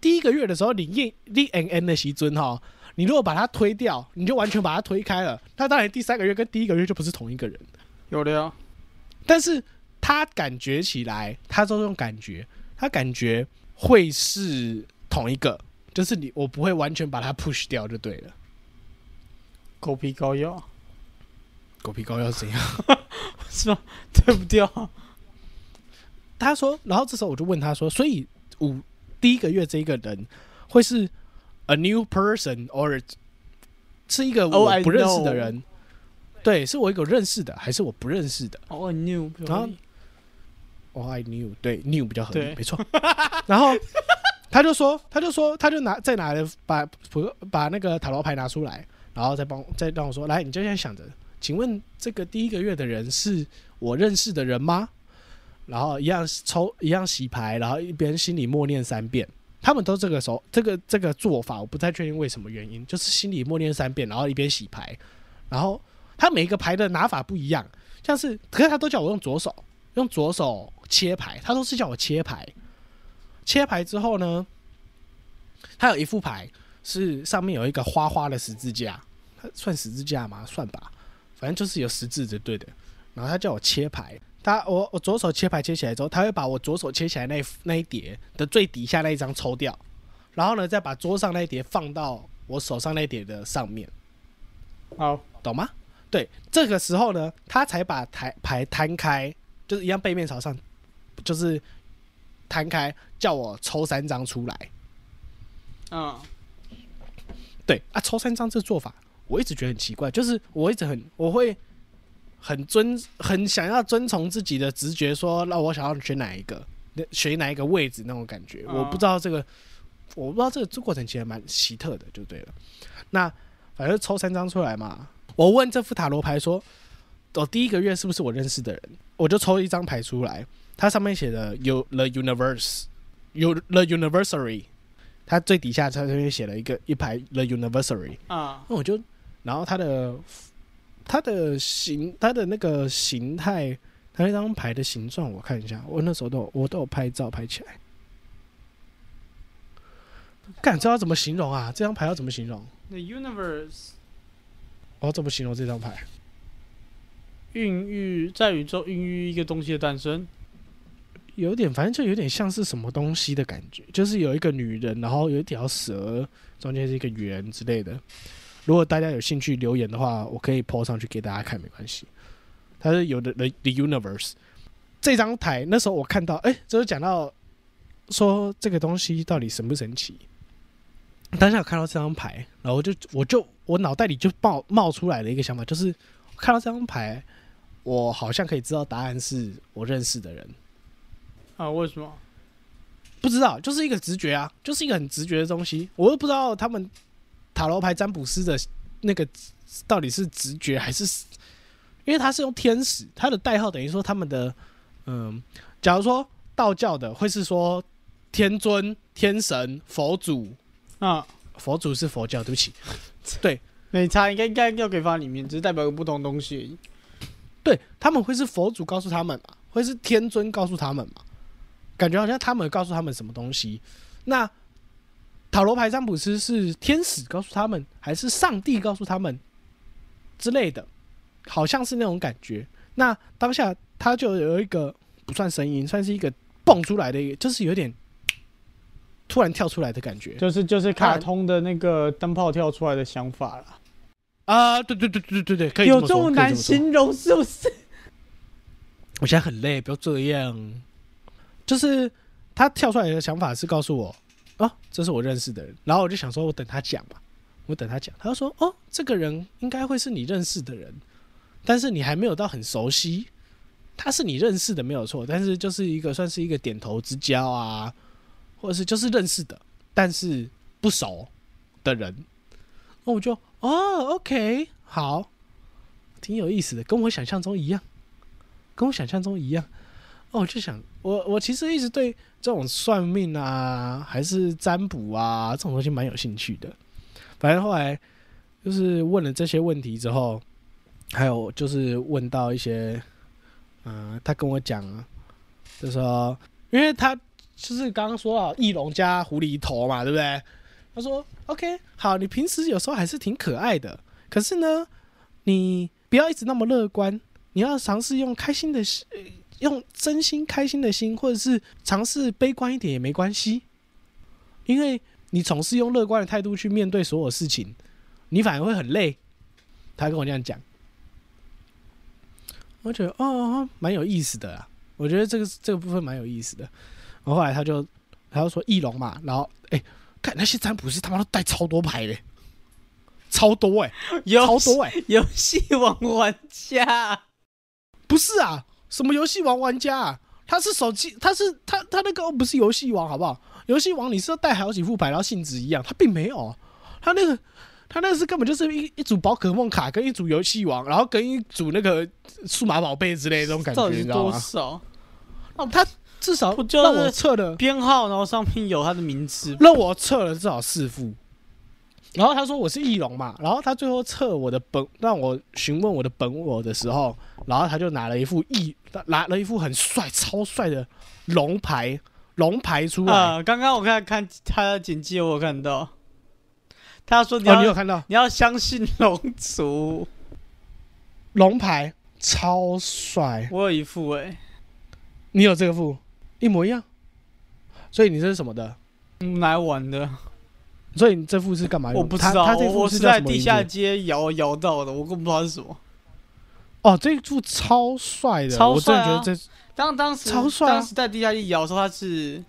A: 第一个月的时候你验你 N N 的席尊哈，你如果把它推掉，你就完全把它推开了，那当然第三个月跟第一个月就不是同一个人。
B: 有的哟，
A: 但是他感觉起来，他都用感觉，他感觉会是同一个，就是你我不会完全把它 push 掉就对了。
B: 狗皮膏药 *laughs*
A: 狗皮膏药是怎样？
B: 是吧？对不
A: *laughs*
B: 掉，
A: 他说，然后这时候我就问他说，所以五第一个月这一个人会是 a new person or 是一个
B: Oh,
A: 我
B: I
A: 不认识的人对，是我一个认识的，还是我不认识的
B: 哦，new，不容易
A: 哦 I knew，对，knew 比较合理
B: 对，
A: 没错。 *laughs* 然后他就说，他就说，他就拿再拿了把普把那个塔罗牌拿出来，然后再帮再让我说，来，你就现在想着，请问这个第一个月的人是我认识的人吗？然后一样抽一样洗牌，然后一边心里默念三遍。他们都这个时候，这个这个做法，我不太确定为什么原因，就是心里默念三遍，然后一边洗牌，然后他每一个牌的拿法不一样，像是可是他都叫我用左手，用左手切牌，他都是叫我切牌。切牌之后呢，他有一副牌是上面有一个花花的十字架，它算十字架吗？算吧，反正就是有十字就对的。然后他叫我切牌，他我我左手切牌切起来之后，他会把我左手切起来那一那一叠的最底下那一张抽掉，然后呢再把桌上那一叠放到我手上那一叠的上面。啊
B: 好，
A: 懂吗？对，这个时候呢，他才把台牌摊开，就是一样背面朝上，就是摊开，叫我抽三张出来。
B: 嗯，
A: 对啊，抽三张这做法，我一直觉得很奇怪，就是我一直很我会很遵很想要遵从自己的直觉说那我想要选哪一个，那选哪一个位置那种感觉，
B: 嗯
A: 我不知道这个，我不知道这个这过程其实蛮奇特的，就对了。那反正抽三张出来嘛，我问这副塔罗牌说，我第一个月是不是我认识的人，我就抽一张牌出来，它上面写的有 the universe，有 the universary。它最底下它这边写了一个一排 the universary，
B: 啊，
A: 哦那我就，然后它的它的形它的那个形态，它那张牌的形状，我看一下，我那时候都有我都有拍照拍起来。干，这要怎么形容啊？这张牌要怎么形容？
B: The universe
A: 我要怎么形容这张牌？
B: 孕育在宇宙孕育一个东西的诞生，
A: 有点，反正就有点像是什么东西的感觉，就是有一个女人，然后有一条蛇，中间是一个圆之类的。如果大家有兴趣留言的话，我可以 po 上去给大家看，没关系。它是有的 the the universe 这张台，那时候我看到，哎、就是讲到说这个东西到底神不神奇。当下我看到这张牌，然后我就我就我脑袋里就冒冒出来的一个想法，就是我看到这张牌，我好像可以知道答案是我认识的人。
B: 啊，为什么？
A: 不知道，就是一个直觉啊，就是一个很直觉的东西。我又不知道他们塔罗牌占卜师的那个到底是直觉还是，因为他是用天使，他的代号等于说他们的，嗯，假如说道教的会是说天尊、天神、佛祖，
B: 啊，
A: 佛祖是佛教，对不起，
B: 没差，应该应该要给放里面，只是代表个不同东西而已。
A: 对他们会是佛祖告诉他们嘛，会是天尊告诉他们嘛，感觉好像他们告诉他们什么东西。那塔罗牌占卜师是天使告诉他们，还是上帝告诉他们？之类的，好像是那种感觉。那当下他就有一个不算声音，算是一个蹦出来的一个，就是有点突然跳出来的感觉。
B: 就是就是
A: 当
B: 卡
A: 然
B: 通的那个灯泡跳出来的想法啦。
A: 啊，对对对对对对，可以这
B: 有
A: 么
B: 这
A: 说
B: 么难。
A: 可以这么说
B: 形容是不是？
A: 我现在很累，不要这样。就是他跳出来的想法是告诉我，啊，这是我认识的人。然后我就想说，我等他讲吧，我等他讲。他就说，哦，这个人应该会是你认识的人，但是你还没有到很熟悉。他是你认识的没有错，但是就是一个算是一个点头之交啊，或者是就是认识的，但是不熟的人。那我就哦，OK，好，挺有意思的，跟我想象中一样。跟我想象中一样。哦，我就想，我我其实一直对这种算命啊，还是占卜啊这种东西蛮有兴趣的。反正后来就是问了这些问题之后，还有就是问到一些，嗯、他跟我讲，就说，因为他就是刚刚说啊，翼龙加狐狸头嘛，对不对？他说，OK，好，你平时有时候还是挺可爱的，可是呢，你不要一直那么乐观，你要尝试用开心的心，呃用真心开心的心，或者是尝试悲观一点也没关系，因为你总是用乐观的态度去面对所有事情，你反而会很累。他跟我这样讲，我觉得哦哦，蛮有意思的啦。我觉得这个这个部分蛮有意思的。然后后来他就他就说翼龙嘛，然后哎，看那些占卜师他妈都带超多牌的，超多哎、超
B: 游戏
A: 多哎、
B: 游戏王玩家，
A: 不是啊，什么游戏王玩家啊？他是手机，他是他他那个哦不是游戏王，好不好？游戏王你是要带好几副牌，然后性质一样，他并没有啊，他那个他那个是根本就是一一组宝可梦卡跟一组游戏王，然后跟一组那个数码宝贝之类的这种感觉，
B: 到
A: 你
B: 底
A: 知
B: 是
A: 道
B: 多
A: 吗？
B: 少
A: 他至少
B: 不就是
A: 让我测了，
B: 编号？然后上面有他的名字，
A: 让我测了至少四副。然后他说我是翼龙嘛，然后他最后测我的本，让我询问我的本我的时候，然后他就拿了一副翼，拿了一副很帅、超帅的龙牌，龙牌出来。哦
B: 啊，刚刚我看看他的简介，我有看到，他说你
A: 哦，
B: 要、
A: 你有看到
B: 你要相信龙族，
A: 龙牌超帅，
B: 我有一副哎、
A: 你有这个副一模一样，所以你这是什么的？
B: 嗯来玩的，
A: 所以你这副是干嘛用？
B: 我不知道，
A: 哎他他这
B: 我
A: 副
B: 我
A: 是
B: 是
A: 叫
B: 在
A: 什么
B: 地
A: 名字
B: 下街摇摇到的，我根本不知道是什么。
A: 哦，这副超帅的，
B: 超
A: 我真
B: 帅
A: 的
B: 啊
A: 觉得这
B: 当当时
A: 超帅啊
B: 当时在地下街摇的时候，他是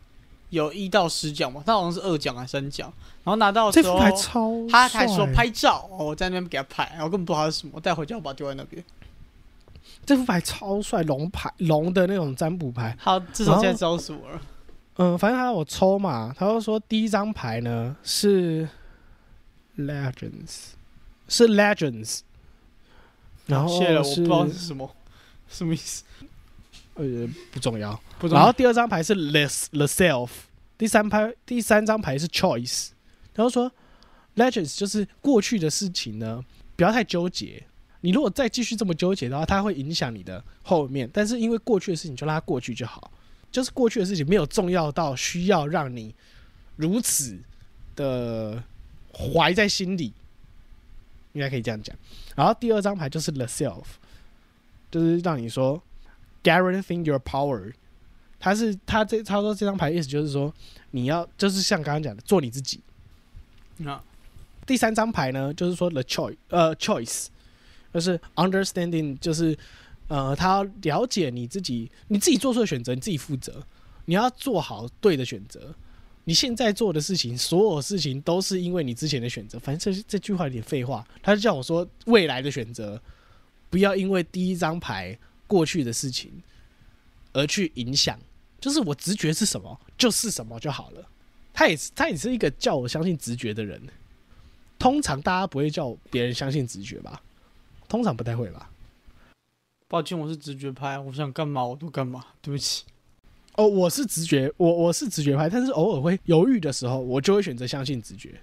B: 有一到十奖嘛，他好像是二奖还是三奖，然后拿到的
A: 这
B: 时
A: 副
B: 候
A: 牌超帅，
B: 啊他还说拍照，哦我在那边给他拍，我根本不知道他是什么，我带回家我把它丢在那边。
A: 这副牌超帅，龙牌龙的那种占卜牌。
B: 好，至少现在知道是什么了。
A: 嗯，反正他让我抽嘛，他就说第一张牌呢是 Legends，是 Legends，然后
B: 谢了，我不
A: 是
B: 知道是什么，什么意思？
A: 呃不重要。
B: 不知道
A: 然后第二张牌是 Less the Self，第三牌第三张牌是 Choice。然后说 Legends 就是过去的事情呢，不要太纠结。你如果再继续这么纠结的话，它会影响你的后面。但是因为过去的事情，就让它过去就好。就是过去的事情没有重要到需要让你如此的怀在心里，应该可以这样讲。然后第二张牌就是 The Self，就是让你说 guaranteeing your power。他是他这他说这张牌意思就是说，你要就是像刚刚讲的，做你自己。
B: 啊，
A: 第三张牌呢，就是说 the choice，呃，choice，就是 understanding，就是呃，他要了解你自己，你自己做出的选择，你自己负责，你要做好对的选择。你现在做的事情，所有事情都是因为你之前的选择。反正这这句话有点废话，他就叫我说未来的选择，不要因为第一张牌过去的事情而去影响。就是我直觉是什么，就是什么就好了。他也是他也是一个叫我相信直觉的人。通常大家不会叫别人相信直觉吧？通常不太会吧？
B: 抱歉，我是直觉派，我想干嘛我都干嘛，对不起。
A: 哦，我是直觉，我我是直觉派，但是偶尔会犹豫的时候，我就会选择相信直觉。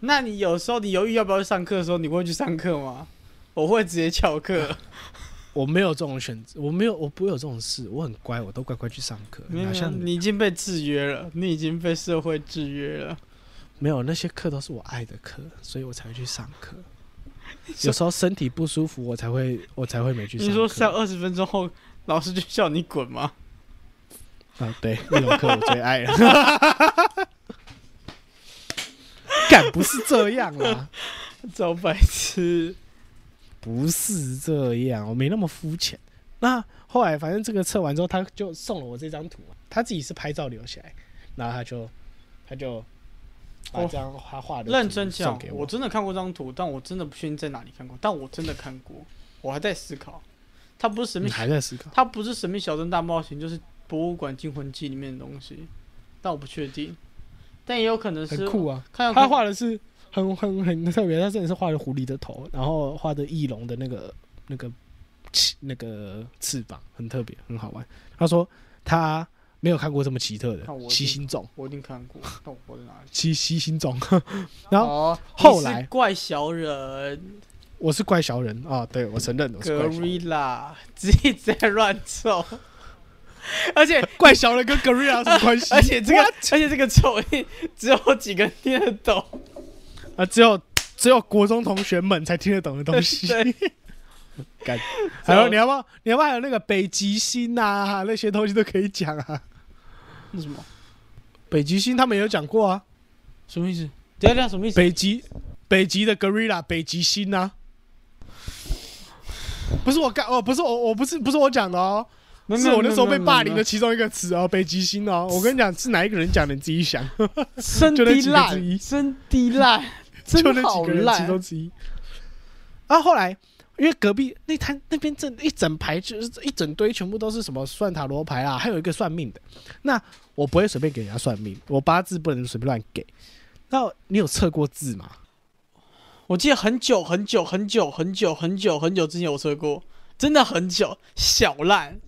B: 那你有时候你犹豫要不要去上课的时候，你会去上课吗？我会直接翘课，
A: 我没有这种选择，我没有，我不会有这种事，我很乖，我都乖乖去上课。
B: *laughs* 没有
A: 哪，像
B: 你已经被制约了，你已经被社会制约了。 *laughs*
A: 没有那些课都是我爱的课，所以我才会去上课。有时候身体不舒服，我才会我才会没去上
B: 你
A: 课。
B: 说上二十分钟后，老师就叫你滚吗？ *laughs*
A: 啊，对，那种课我最爱了。 *laughs* 敢不是这样啦，
B: 找白痴，
A: 不是这样，我没那么肤浅。那后来反正这个测完之后，他就送了我这张图嘛，他自己是拍照留起来，然后他就他就把这张他画的图
B: 哦认真
A: 送
B: 讲
A: 给，
B: 我
A: 我。
B: 真的看过这张图，但我真的不确定在哪里看过，但我真的看过，我还在思考。它不是神秘
A: 你，嗯还在思考？
B: 它不是神秘小镇大冒险，就是博物馆惊魂记里面的东西，但我不确定，但也有可能
A: 很
B: 是
A: 酷啊！
B: 看到
A: 他画的是很很很特别，他真的是画的狐狸的头，然后画的翼龙的那个那个翅那个翅膀，很特别，很好玩。他说他没有看过这么奇特
B: 那我
A: 的
B: 就
A: 七星种，
B: 我一定看过，但我在哪里？
A: 七七星种。然后
B: 后
A: 后来
B: 怪小人
A: 我是怪小人啊，对我承认我是怪小人。
B: Gorilla 自己在乱凑， *laughs*
A: *laughs*
B: 而且
A: 怪小人跟 gorilla 有什么关 *laughs* 系？
B: 而且这个而且这个臭音 *laughs* 只有几个人听得懂，
A: 啊，只有只有国中同学们才听得懂的东 *laughs* 西。
B: 对，
A: *laughs* 干，还有你要不要？你要不要还有那个北极星啊，那些东西都可以讲啊。
B: 那什么
A: *laughs* 北极星他们也有讲过啊，
B: 什么意思？等一下什么意思？
A: 北极北极的 gorilla 北极星啊，不是我干哦，不是我我不是不是我讲的哦，
B: 没有
A: 是我那时候被霸凌，
B: 没
A: 的
B: 有
A: 其中一个词哦，北极星哦，我跟你讲是哪一个人讲的，你自己想，
B: 真
A: 就那
B: 滴
A: 几个之
B: 烂，
A: 一
B: 真滴烂，
A: *laughs* 就那
B: 真
A: 几
B: 好
A: 个人其中
B: 烂。
A: 之一。啊，后来因为隔壁那摊那边正一整排就是一整堆全部都是什么算塔罗牌啊，还有一个算命的，那我不会随便给人家算命，我八字不能随便乱给。那你有测过字吗？
B: 我记得很久很久很久很久很久很久之前我测过，真的很久，小烂。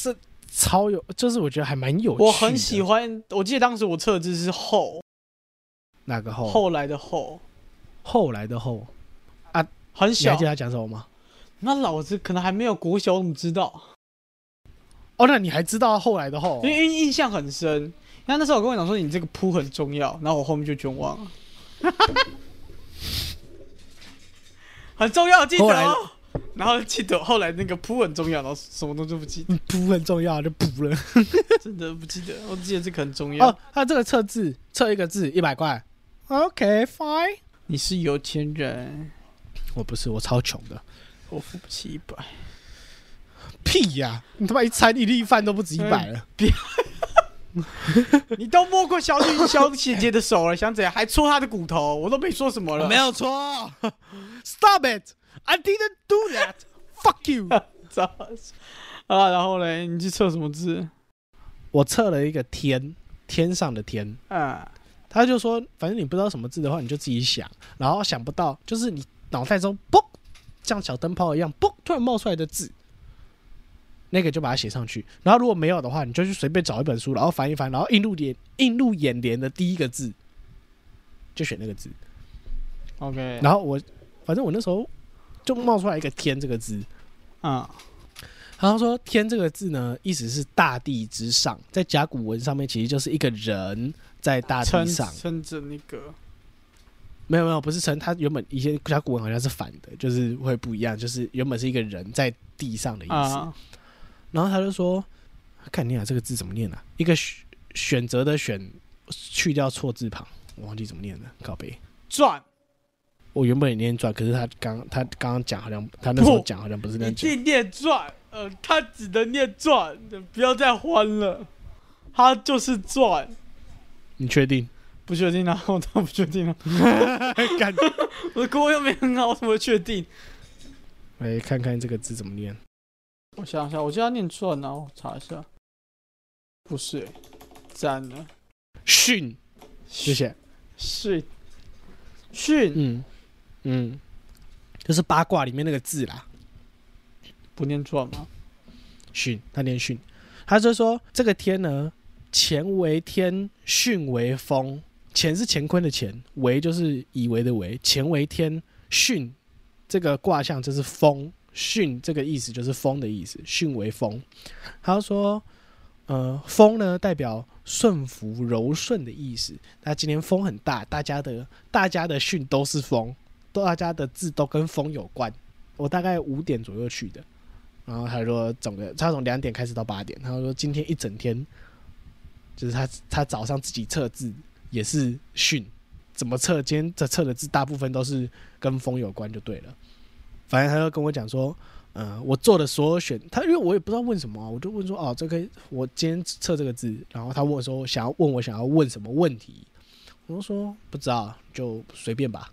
A: 这超有，就是我觉得还蛮有趣的。
B: 我很喜欢，我记得当时我测的字是后，
A: 哪个后
B: 后来的后，
A: 后来的后，
B: 很
A: 你还
B: 小
A: 记。得他讲什么吗？
B: 那老子可能还没有国小，我怎么知道？
A: 哦，那你还知道后来的后
B: 因？为印印象很深。那那时候我跟我讲说你这个铺很重要，然后我后面就全忘了。 *laughs* 很重要，记得、
A: 后来
B: 哦。然后记得后来那个铺很重要，然后什么东西都不记
A: *laughs*
B: 得，
A: 嗯补很重要，就补了。
B: 真的不记得。我记得这个很重要。
A: 哦，他这个测字，测一个字一百块。OK fine，
B: 你是有钱人，
A: 我不是，我超穷的。
B: 我付不起一百。
A: 屁呀、你他妈一餐一粒饭都不止一百 *laughs* 了。
B: 你都摸过小姐小姐姐的手了，想怎样？还戳她的骨头，我都没说什么了。
A: 有错。Stop it! I didn't do that. Fuck you.
B: 糟 *laughs* 啊，然后嘞，你去测什么字？
A: *laughs* 我测了一个天，天上的天。
B: 啊，
A: 他就说，反正你不知道什么字的话，你就自己想，然后想不到，就是你脑袋中嘣，像小灯泡一样嘣，突然冒出来的字，那个就把它写上去。然后如果没有的话，你就去随便找一本书，然后翻一翻，然后映入眼映入眼帘的第一个字，就选那个字。
B: OK，
A: 然后我，反正我那时候就冒出来一个“天”这个字，
B: 啊，
A: 然后说“天”这个字呢，意思是大地之上，在甲骨文上面其实就是一个人在大地
B: 撑
A: 上。
B: 撑着那个
A: 没有没有，不是成，它原本以前甲骨文好像是反的，就是会不一样，就是原本是一个人在地上的意思。
B: 啊，
A: 然后他就说：“看你俩这个字怎么念啊？一个选选择的选，去掉错字旁，我忘记怎么念了，告别。
B: 转，
A: 我原本也念转，可是他刚他刚刚讲好像他那时候
B: 不
A: 讲好像不是那
B: 一
A: 样讲。
B: 定念转，呃，他只能念转，不要再欢了，他就是转，
A: 你确定？
B: 不确定啊，我当然不确定了、
A: *laughs* 干，
B: 我的国文又没很好，我怎么会确定？
A: 来看看这个字怎么念。
B: 我想一下，我记得他念转啊，我查一下，不是、欸，赞了，
A: 训，谢谢。
B: 训，训
A: 嗯嗯，就是八卦里面那个字啦。”
B: 不念转吗？
A: 训，他念训，他就说这个天呢，乾为天，巽为风，乾是乾坤的乾，为就是以为的为，乾为天，巽这个卦象就是风，巽这个意思就是风的意思，巽为风。他说，呃，风呢代表顺服、柔顺的意思。那今天风很大，大家的大家的巽都是风，大家的字都跟风有关。我大概五点左右去的，然后他说整个他从两点开始到八点，他说今天一整天，就是他他早上自己测字也是训，怎么测，今天这测的字大部分都是跟风有关就对了。反正他就跟我讲说，呃，我做的所有选，他因为我也不知道问什么啊、我就问说，哦，这个我今天测这个字，然后他问我说想要问我想要问什么问题，我就说不知道，就随便吧，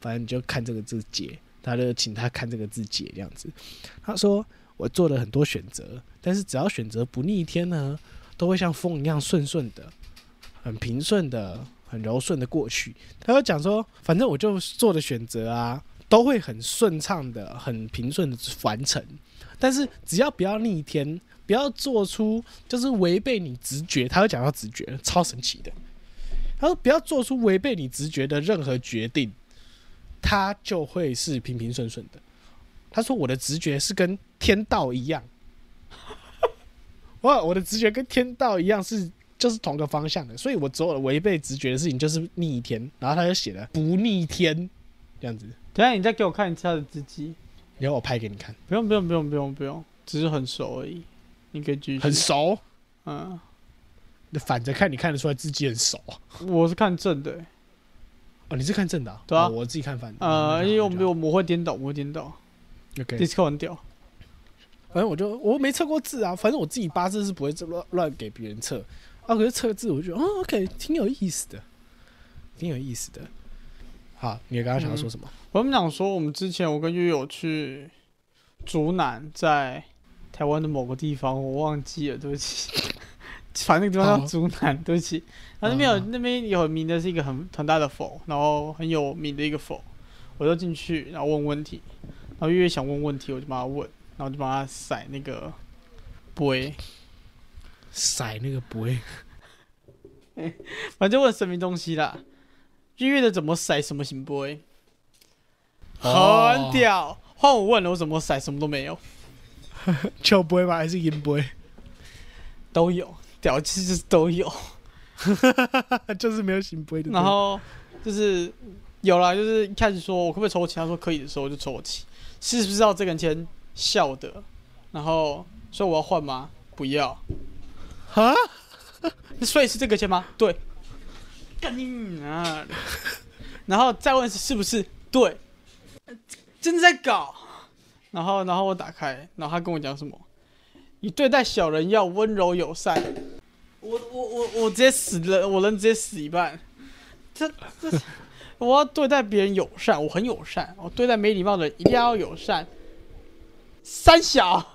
A: 反正你就看这个字解，他就请他看这个字解这样子。他说我做了很多选择，但是只要选择不逆天呢，都会像风一样顺顺的，很平顺的，很柔顺的过去。他就讲说，反正我就做的选择啊，都会很顺畅的、很平顺的完成，但是只要不要逆天。不要做出就是违背你直觉，他会讲到直觉，超神奇的。他说不要做出违背你直觉的任何决定，他就会是平平顺顺的。他说我的直觉是跟天道一样，哇，我的直觉跟天道一样是就是同个方向的，所以我所有的违背直觉的事情就是逆天。然后他就写了不逆天这样子，
B: 等一下你再给我看一下的字迹，
A: 然后我拍给你看，
B: 不用不用不用不用不用，只是很熟而已。你可以继续。
A: 很熟，
B: 嗯，
A: 你反着看你看得出来自己很熟啊
B: 我是看正的欸、
A: 哦，你是看正的、啊
B: 对啊
A: 哦我自己看哦反的。
B: 呃，因为我们
A: 没有
B: 我们会颠倒，我会颠倒。
A: OK，
B: Disco 很屌，
A: 反正我就我没测过字啊，反正我自己八字是不会这乱乱给别人测啊。可是测字，我就觉得哦，OK，挺有意思的，挺有意思的。好，你刚刚想要说什么？
B: 我们想说，我们之前我跟悠悠去竹南，在台湾的某个地方，我忘记了，对不起。 *laughs* 反正那个地方叫
A: 好
B: 竹南，对不起。然后那边有、
A: 嗯
B: 那边有很名的是一个很很大的佛，然后很有名的一个佛，我就进去，然后问问题，然后悠悠想问问题，我就帮他问，然后就帮他塞那个杯，
A: 塞那个不会，
B: 反正就问神秘东西啦。悠悠的怎么塞什么行杯，
A: 哦
B: 很屌。换我问了，我怎么塞什么都没有。
A: 球不会吗？还是银不会？ *laughs*
B: 都有，屌其实都有。
A: 就是没有行不会的。
B: 然后就是有啦，就是一开始说我可不可以抽签，他说可以的时候我就抽签。是不是知道这根签笑的？然后说我要换吗？不要。
A: 哈，
B: 所以是这个签吗？对。干你娘的！然后再问是不是对？真的在搞。然后，然后我打开，然后他跟我讲什么？你对待小人要温柔友善。我我我我直接死了，我人直接死一半。这这，我要对待别人友善，我很友善。我对待没礼貌的人一定要友善。三小，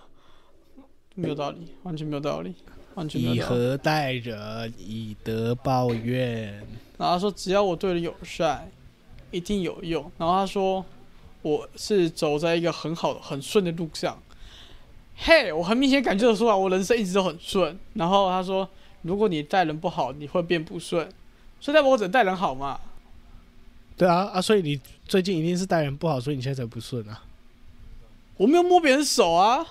B: 没有道理，完全没有道理，完全没有
A: 以
B: 道理。
A: 和待人，以德报怨。
B: 然后他说只要我对人友善，一定有用。然后他说我是走在一个很好的、很顺的路上。嘿、我很明显感觉得出来，我人生一直都很顺。然后他说，如果你待人不好，你会变不顺。所以代表我只能待人好嘛？
A: 对啊啊，所以你最近一定是待人不好，所以你现在才不顺啊。
B: 我没有摸别人手啊，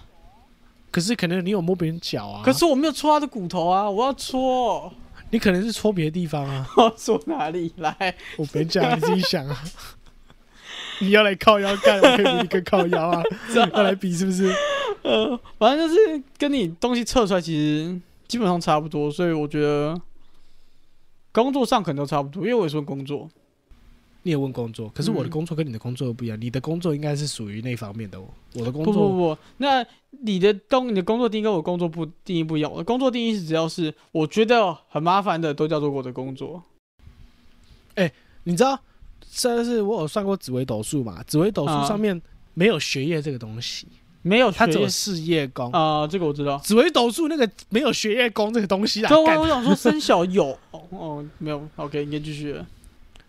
A: 可是可能你有摸别人脚啊，
B: 可是我没有戳他的骨头啊，我要戳， *laughs*
A: 你可能是戳别的地方啊。
B: 我要戳哪里来？
A: 我没讲，你自己想啊。你要来靠腰干，我可以比你更靠腰 *laughs* 啊。要来比是不是？
B: 呃，反正就是跟你东西测出来其实基本上差不多，所以我觉得工作上可能都差不多，因为我也是问工作，
A: 你也问工作，可是我的
B: 嗯
A: 工作跟你的工作又不一样，你的工作应该是属于那方面的哦。我的工
B: 不不
A: 作
B: 不，那你的东你的工作定义跟我工作不定义不一样，我的工作定义是只要是我觉得很麻烦的都叫做我的工作，
A: 你知道，这是我有算过紫微斗数嘛？紫微斗数
B: 啊
A: 上面没有学业这个东西，
B: 没有
A: 它
B: 学
A: 只有
B: 业
A: 事哦业哦宫。
B: 啊、这个我知道。
A: 紫微斗数那个没有学业宫这个东西啊，
B: 对，
A: 干
B: 我我想
A: *laughs*
B: 说生小有哦哦没有，OK，你可以继续了。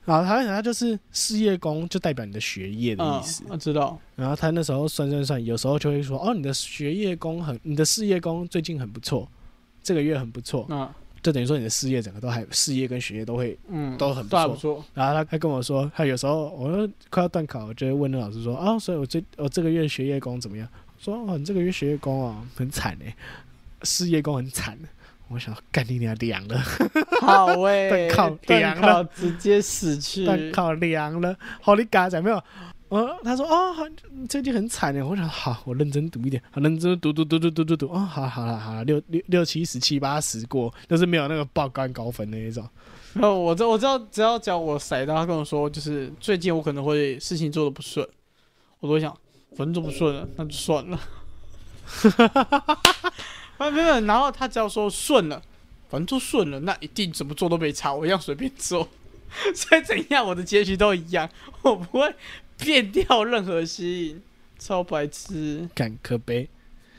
A: 然后他它就是事业宫，就代表你的学业的
B: 嗯
A: 意思。，
B: 我知道。
A: 然后他那时候算算算，有时候就会说：“哦，你的学业工很，你的事业工最近很不错，这个月很不错。
B: 嗯”
A: 就等于说你的事业整个都还，事业跟学业都会。
B: 嗯，
A: 都很不
B: 都还
A: 错
B: 不
A: *laughs*
B: 错。
A: 然后他他跟我说，他有时候我说快要断考，我就会问那老师说：“哦，所以我最我这个月学业工怎么样？”说：“哦，你这个月学业欸工哦很惨哎，事业工很惨。”我想干你娘凉了，
B: 好哎、
A: 但靠凉
B: 蛋
A: 了
B: 烤直接死去。
A: 但靠凉了，好你嘎仔没有？呃，他说哦，好最近很惨的。我想好，我认真读一点，好认真读读读读读读读。哦，好了好了好了，六六六七十七八十过，就是没有那个爆肝高分的那一种。
B: *laughs* 然后我知我知道，只要只要我塞到他跟我说，就是最近我可能会事情做的不顺，我都会想，反正做不顺了，那就算了。 *laughs* 啊没有，然后他只要说顺了，反正做顺了，那一定怎么做都没差，我一样随便做。 *laughs* 所以怎样，我的结局都一样，我不会变掉任何吸引，超白痴。
A: 感可悲。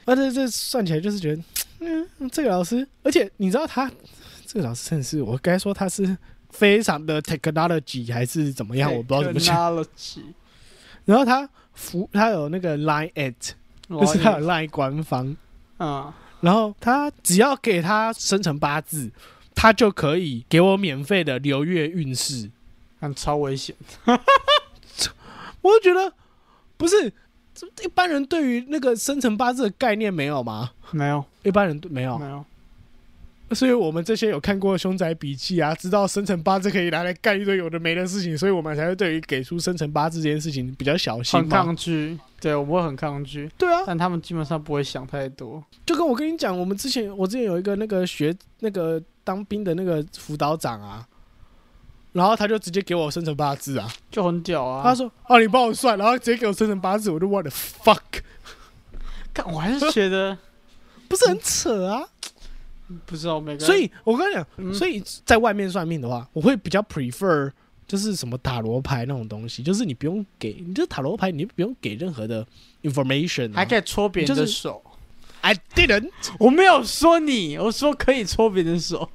A: 而且这算起来就是觉得，嗯，这个老师，而且你知道他这个老师真的是，我该说他是非常的 technology 还是怎么样，我不知道怎么
B: *laughs*
A: 讲。
B: Technology，
A: 然后他服他有那个 line at，就是 *laughs* 啊他有 line 官方，
B: 嗯，
A: 然后他只要给他生辰八字，他就可以给我免费的流月运势。
B: 很超危险。
A: 我就觉得不是，这一般人对于那个生辰八字的概念没有吗？
B: 没有，
A: 一般人都没有，
B: 没有。
A: 所以我们这些有看过《凶宅笔记》啊，知道生辰八字可以拿来干一堆有的没的事情，所以我们才会对于给出生辰八字这件事情比较小心
B: 很
A: 嘛。
B: 抗拒，对我不会很抗拒，
A: 对啊，
B: 但他们基本上不会想太多。
A: 就跟我跟你讲，我们之前我之前有一个那个学那个当兵的那个辅导长啊，然后他就直接给我生辰八字啊，
B: 就很屌啊！
A: 他说啊你帮我算，然后直接给我生辰八字，我就 what the fuck，
B: 干，我还是觉得
A: 不是很扯啊？
B: *laughs* 不知道每个人，
A: 所以我跟你讲，
B: 嗯
A: 所以在外面算命的话，我会比较 prefer 就是什么塔罗牌那种东西，就是你不用给，你就塔罗牌你不用给任何的 information 啊、
B: 还可以戳别人
A: 就
B: 的
A: 是
B: 手。
A: I didn't，
B: 我没有说你，我说可以戳别人的手。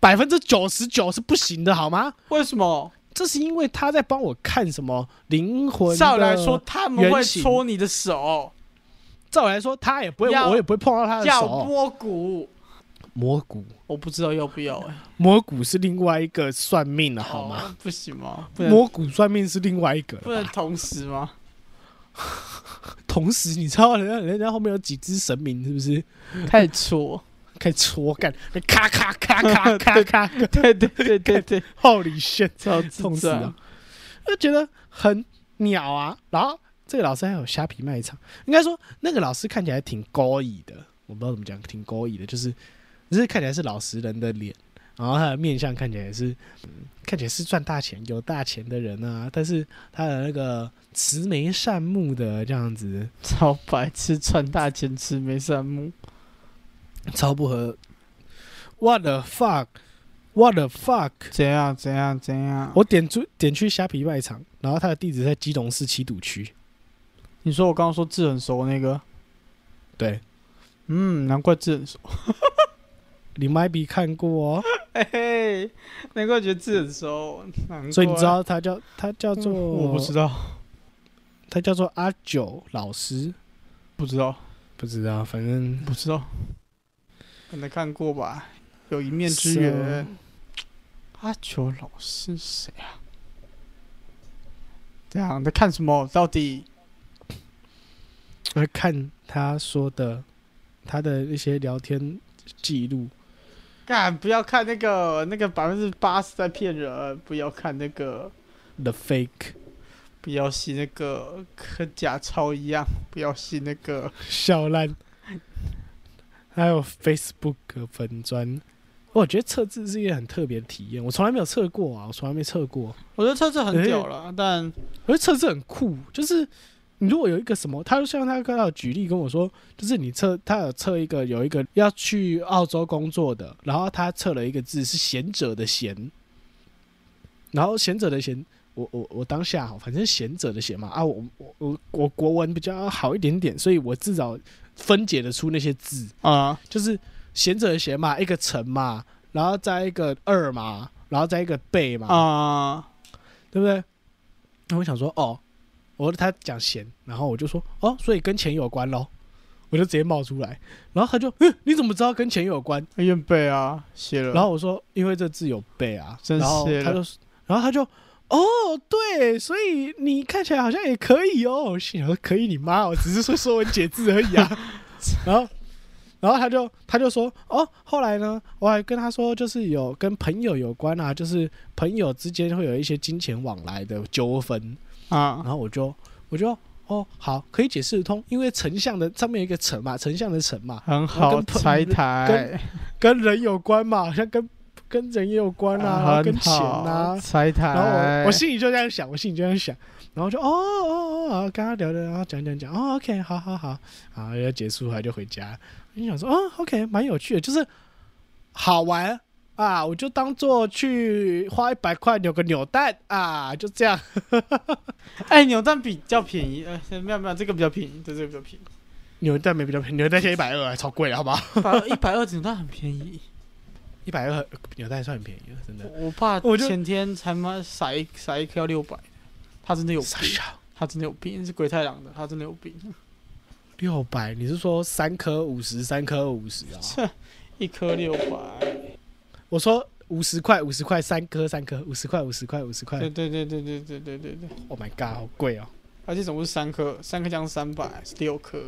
A: 百分之九十九是不行的，好吗？
B: 为什么？
A: 这是因为他在帮我看什么灵魂的。
B: 照来说，他们会
A: 原型
B: 戳你的手，
A: 照来说，他也不会，
B: 要
A: 我也不会碰到他的
B: 要
A: 手。
B: 摸骨。
A: 蘑菇，
B: 我不知道要不 *laughs* 要哎、
A: 蘑菇是另外一个算命的，好吗？
B: 哦？不行吗？不能
A: 蘑菇算命是另外一个了吧，
B: 不能同时吗？
A: 同时，你知道人家人家后面有几只神明是不是？
B: 太戳。
A: 开始戳干，咔咔咔咔咔咔，
B: *laughs* 对啊对对对 *laughs* 对，
A: 好理炫，
B: 超
A: 痛
B: 智
A: 死了
B: 障。！
A: 就觉得很鸟啊。然后这个老师还有虾皮卖场，应该说那个老师看起来挺高义的，我不知道怎么讲，挺高义的，就是就是看起来是老实人的脸，然后他的面相看起来也是、嗯看起来是赚大钱、有大钱的人啊，但是他的那个慈眉善目的这样子，
B: *laughs* 超白痴，赚大钱吃没善目。
A: 超不合。What the fuck？What the fuck？
B: 怎样怎样怎样？
A: 我点出点去虾皮卖场，然后他的地址在基隆市七堵区。
B: 你说我刚刚说字很熟那个，
A: 对，
B: 嗯，难怪字很熟。
A: 你麦比看过哦，
B: 嘿嘿，难怪觉得字很熟，难怪。
A: 所以你知道他叫他叫做、
B: 我不知
A: 道，
B: 道，
A: 他叫做阿九老师，
B: 不知道，
A: 不知道，反正
B: 不知道，可能看过吧，有一面之缘。阿九老师谁啊？这样在看什么？到底
A: 我在看他说的他的一些聊天记录，
B: 干不要看那个那个百分之八十在骗人，不要看那个，
A: 《The Fake
B: 不要信那个和假钞一样，不要信那个。》
A: 笑烂，还有 Facebook 粉砖。我觉得测字是一个很特别的体验，我从来没有测过啊，我从来没测过。
B: 我觉得测试很
A: 哎
B: 屌了，但
A: 我觉得测字很酷，就是你如果有一个什么，他就像他刚才有举例跟我说，就是你测他有测一个有一个要去澳洲工作的，然后他测了一个字是贤者的贤，然后贤者的贤，我我我当下好，反正贤者的贤嘛啊，我我我我国文比较好一点点，所以我至少分解得出那些字，
B: 啊、
A: 就是贤者的贤嘛，一个辰嘛，然后再一个二嘛，然后再一个贝嘛，
B: 啊、
A: 对不对？那我想说，哦，我他讲钱，然后我就说，哦，所以跟钱有关咯，我就直接冒出来，然后他就，嗯，你怎么知道跟钱有关？
B: 很愿背啊，写了，
A: 然后我说，因为这字有背啊，
B: 真
A: 然后
B: 是
A: 他就，然后他就，哦，对，所以你看起来好像也 *laughs* 可以哦，我心想说可以你妈哦，我只是说说文解字而已啊，然后然后他就他就说，哦，后来呢，我还跟他说，就是有跟朋友有关啊，就是朋友之间会有一些金钱往来的纠纷。
B: 啊
A: 然，后我就我就哦，好，可以解释得通，因为丞相的上面有一个丞嘛，丞相的丞嘛，
B: 很
A: 然
B: 好
A: 后跟朋
B: 拆台，
A: 跟人有关嘛，好像跟跟人也有关啊，然后跟
B: 很
A: 钱
B: 好
A: 啊。
B: 拆台。
A: 然后我我心里就这样想，我心里就这样想，然后就哦哦哦，然后跟他聊聊，然后讲讲讲，哦，OK，好好好，好，要结束，后来就回家。我就想说，哦，OK，蛮有趣的，就是好玩啊，我就当做去花一百块扭个扭蛋啊，就这样。
B: 哎，扭蛋比较便宜，呃，没有没有，这个比较便宜，对，这个比较便宜，
A: 扭蛋没比较便宜，扭蛋现在一百二，超贵了，好不好？
B: 一百二一百二扭蛋很便宜。
A: 一百二扭蛋算很便宜了，真的。
B: 我爸
A: 我就
B: 前天才妈撒一撒一颗要六百，他真的有病
A: 傻，笑，
B: 他真的有病，是鬼太郎的，他真的有病。
A: 六百，你是说三颗五十，三颗五十啊？
B: 这一颗六百，
A: 我说五十块，五十块，三颗，三颗，五十块，五十块，五十块
B: 对。对对对对对对对对，
A: Oh my god，好贵哦！
B: 而且总共是三颗，三颗将三百，是六颗，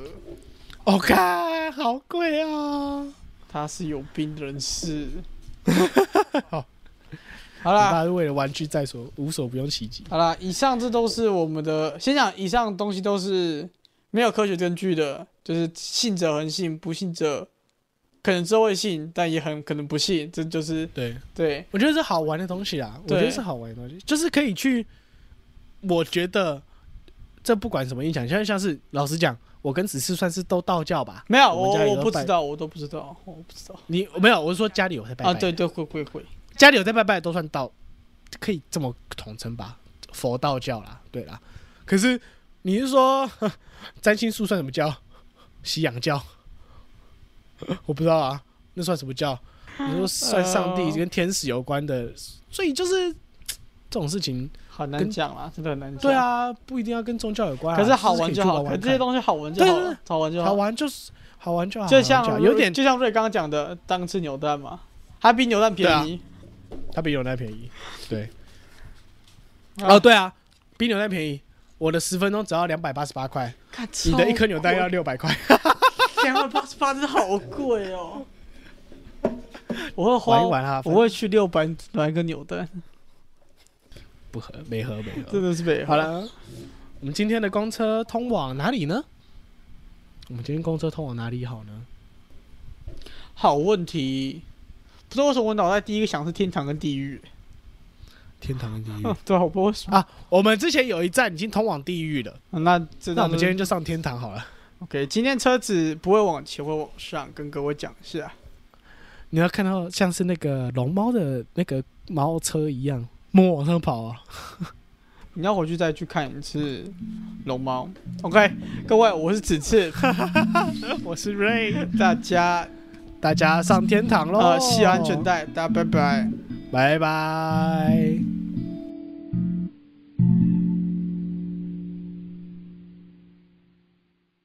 A: 我看 Oh 好贵哦。
B: 他是有病
A: *laughs*
B: 人士。
A: 好，你
B: 好啦
A: 爸是为了玩具在所无所不用其极。
B: 好啦，以上这都是我们的，先讲以上东西都是没有科学根据的，就是信者恒信，不信者可能之后会信，但也很可能不信，这就是
A: 对，
B: 对。
A: 我觉得是好玩的东西啊，我
B: 对
A: 觉得是好玩的东西，就是可以去。我觉得这不管什么影响，像像是老实讲，我跟子嗣算是都道教吧。
B: 没有，
A: 我们
B: 我
A: 家也
B: 我
A: 都
B: 不
A: 拜
B: 知道，我都不知道，我不知道
A: 你没有，我是说家里有在拜拜
B: 啊。
A: 的
B: 对对，会会会，
A: 家里有在拜拜的都算道，可以这么统称吧，佛道教啦，对啦。可是你是说 *laughs* 呵占星术算什么教？西洋教？ *laughs* 我不知道啊，那算什么教？你说算上帝
B: 啊哦
A: 跟天使有关的，所以就是嘖这种事情，
B: 很难
A: 跟
B: 讲啦，真的很难讲。
A: 对，啊，不一定要跟宗教有关啊、
B: 可是好玩
A: 就可
B: 就是
A: 以去
B: 好，
A: 玩
B: 可是
A: 玩
B: 这些
A: 看
B: 东西好玩就好
A: 对对对
B: 了，好玩就
A: 好
B: 好。
A: 玩就是好玩就好，
B: 就
A: 好
B: 像
A: 玩就好有点
B: 就像瑞刚刚讲的，当吃扭蛋嘛，它比扭蛋
A: 啊
B: 便宜。
A: 它比牛奶便宜，对。
B: 啊
A: 哦，对啊，比牛奶便宜。我的十分钟只要两百八十八块，
B: 看
A: 你的一颗扭蛋
B: *laughs*
A: 要六百块，
B: 两百八十八，真的好贵哦。 *laughs* 我会花
A: 玩一玩啊，
B: 我会去六百买一个扭蛋，
A: 不合，没合，没
B: 真
A: 合。
B: 的是被
A: 好，了，我们今天的公车通往哪里呢？我们今天公车通往哪里好呢？
B: 好问题。不知道为什么我脑袋第一个想是天堂跟地狱，
A: 天堂跟地狱
B: 哼 *laughs* 对啊，我不知道为什么。
A: 啊！哦我们之前有一站已经通往地狱了，
B: 那这
A: 那我们
B: 就是
A: 今天就上天堂好了。
B: OK，今天车子不会往前，会往上，跟各位讲一下。
A: 你要看到像是那个龙猫的那个猫车一样，摸往上跑啊！
B: 你要回去再去看一次龙猫。OK，各位，我是此次，
A: *laughs* 我是 Ray，
B: 大家
A: 大家上天堂喽！
B: 呃系安全带，大家拜拜。
A: 拜拜。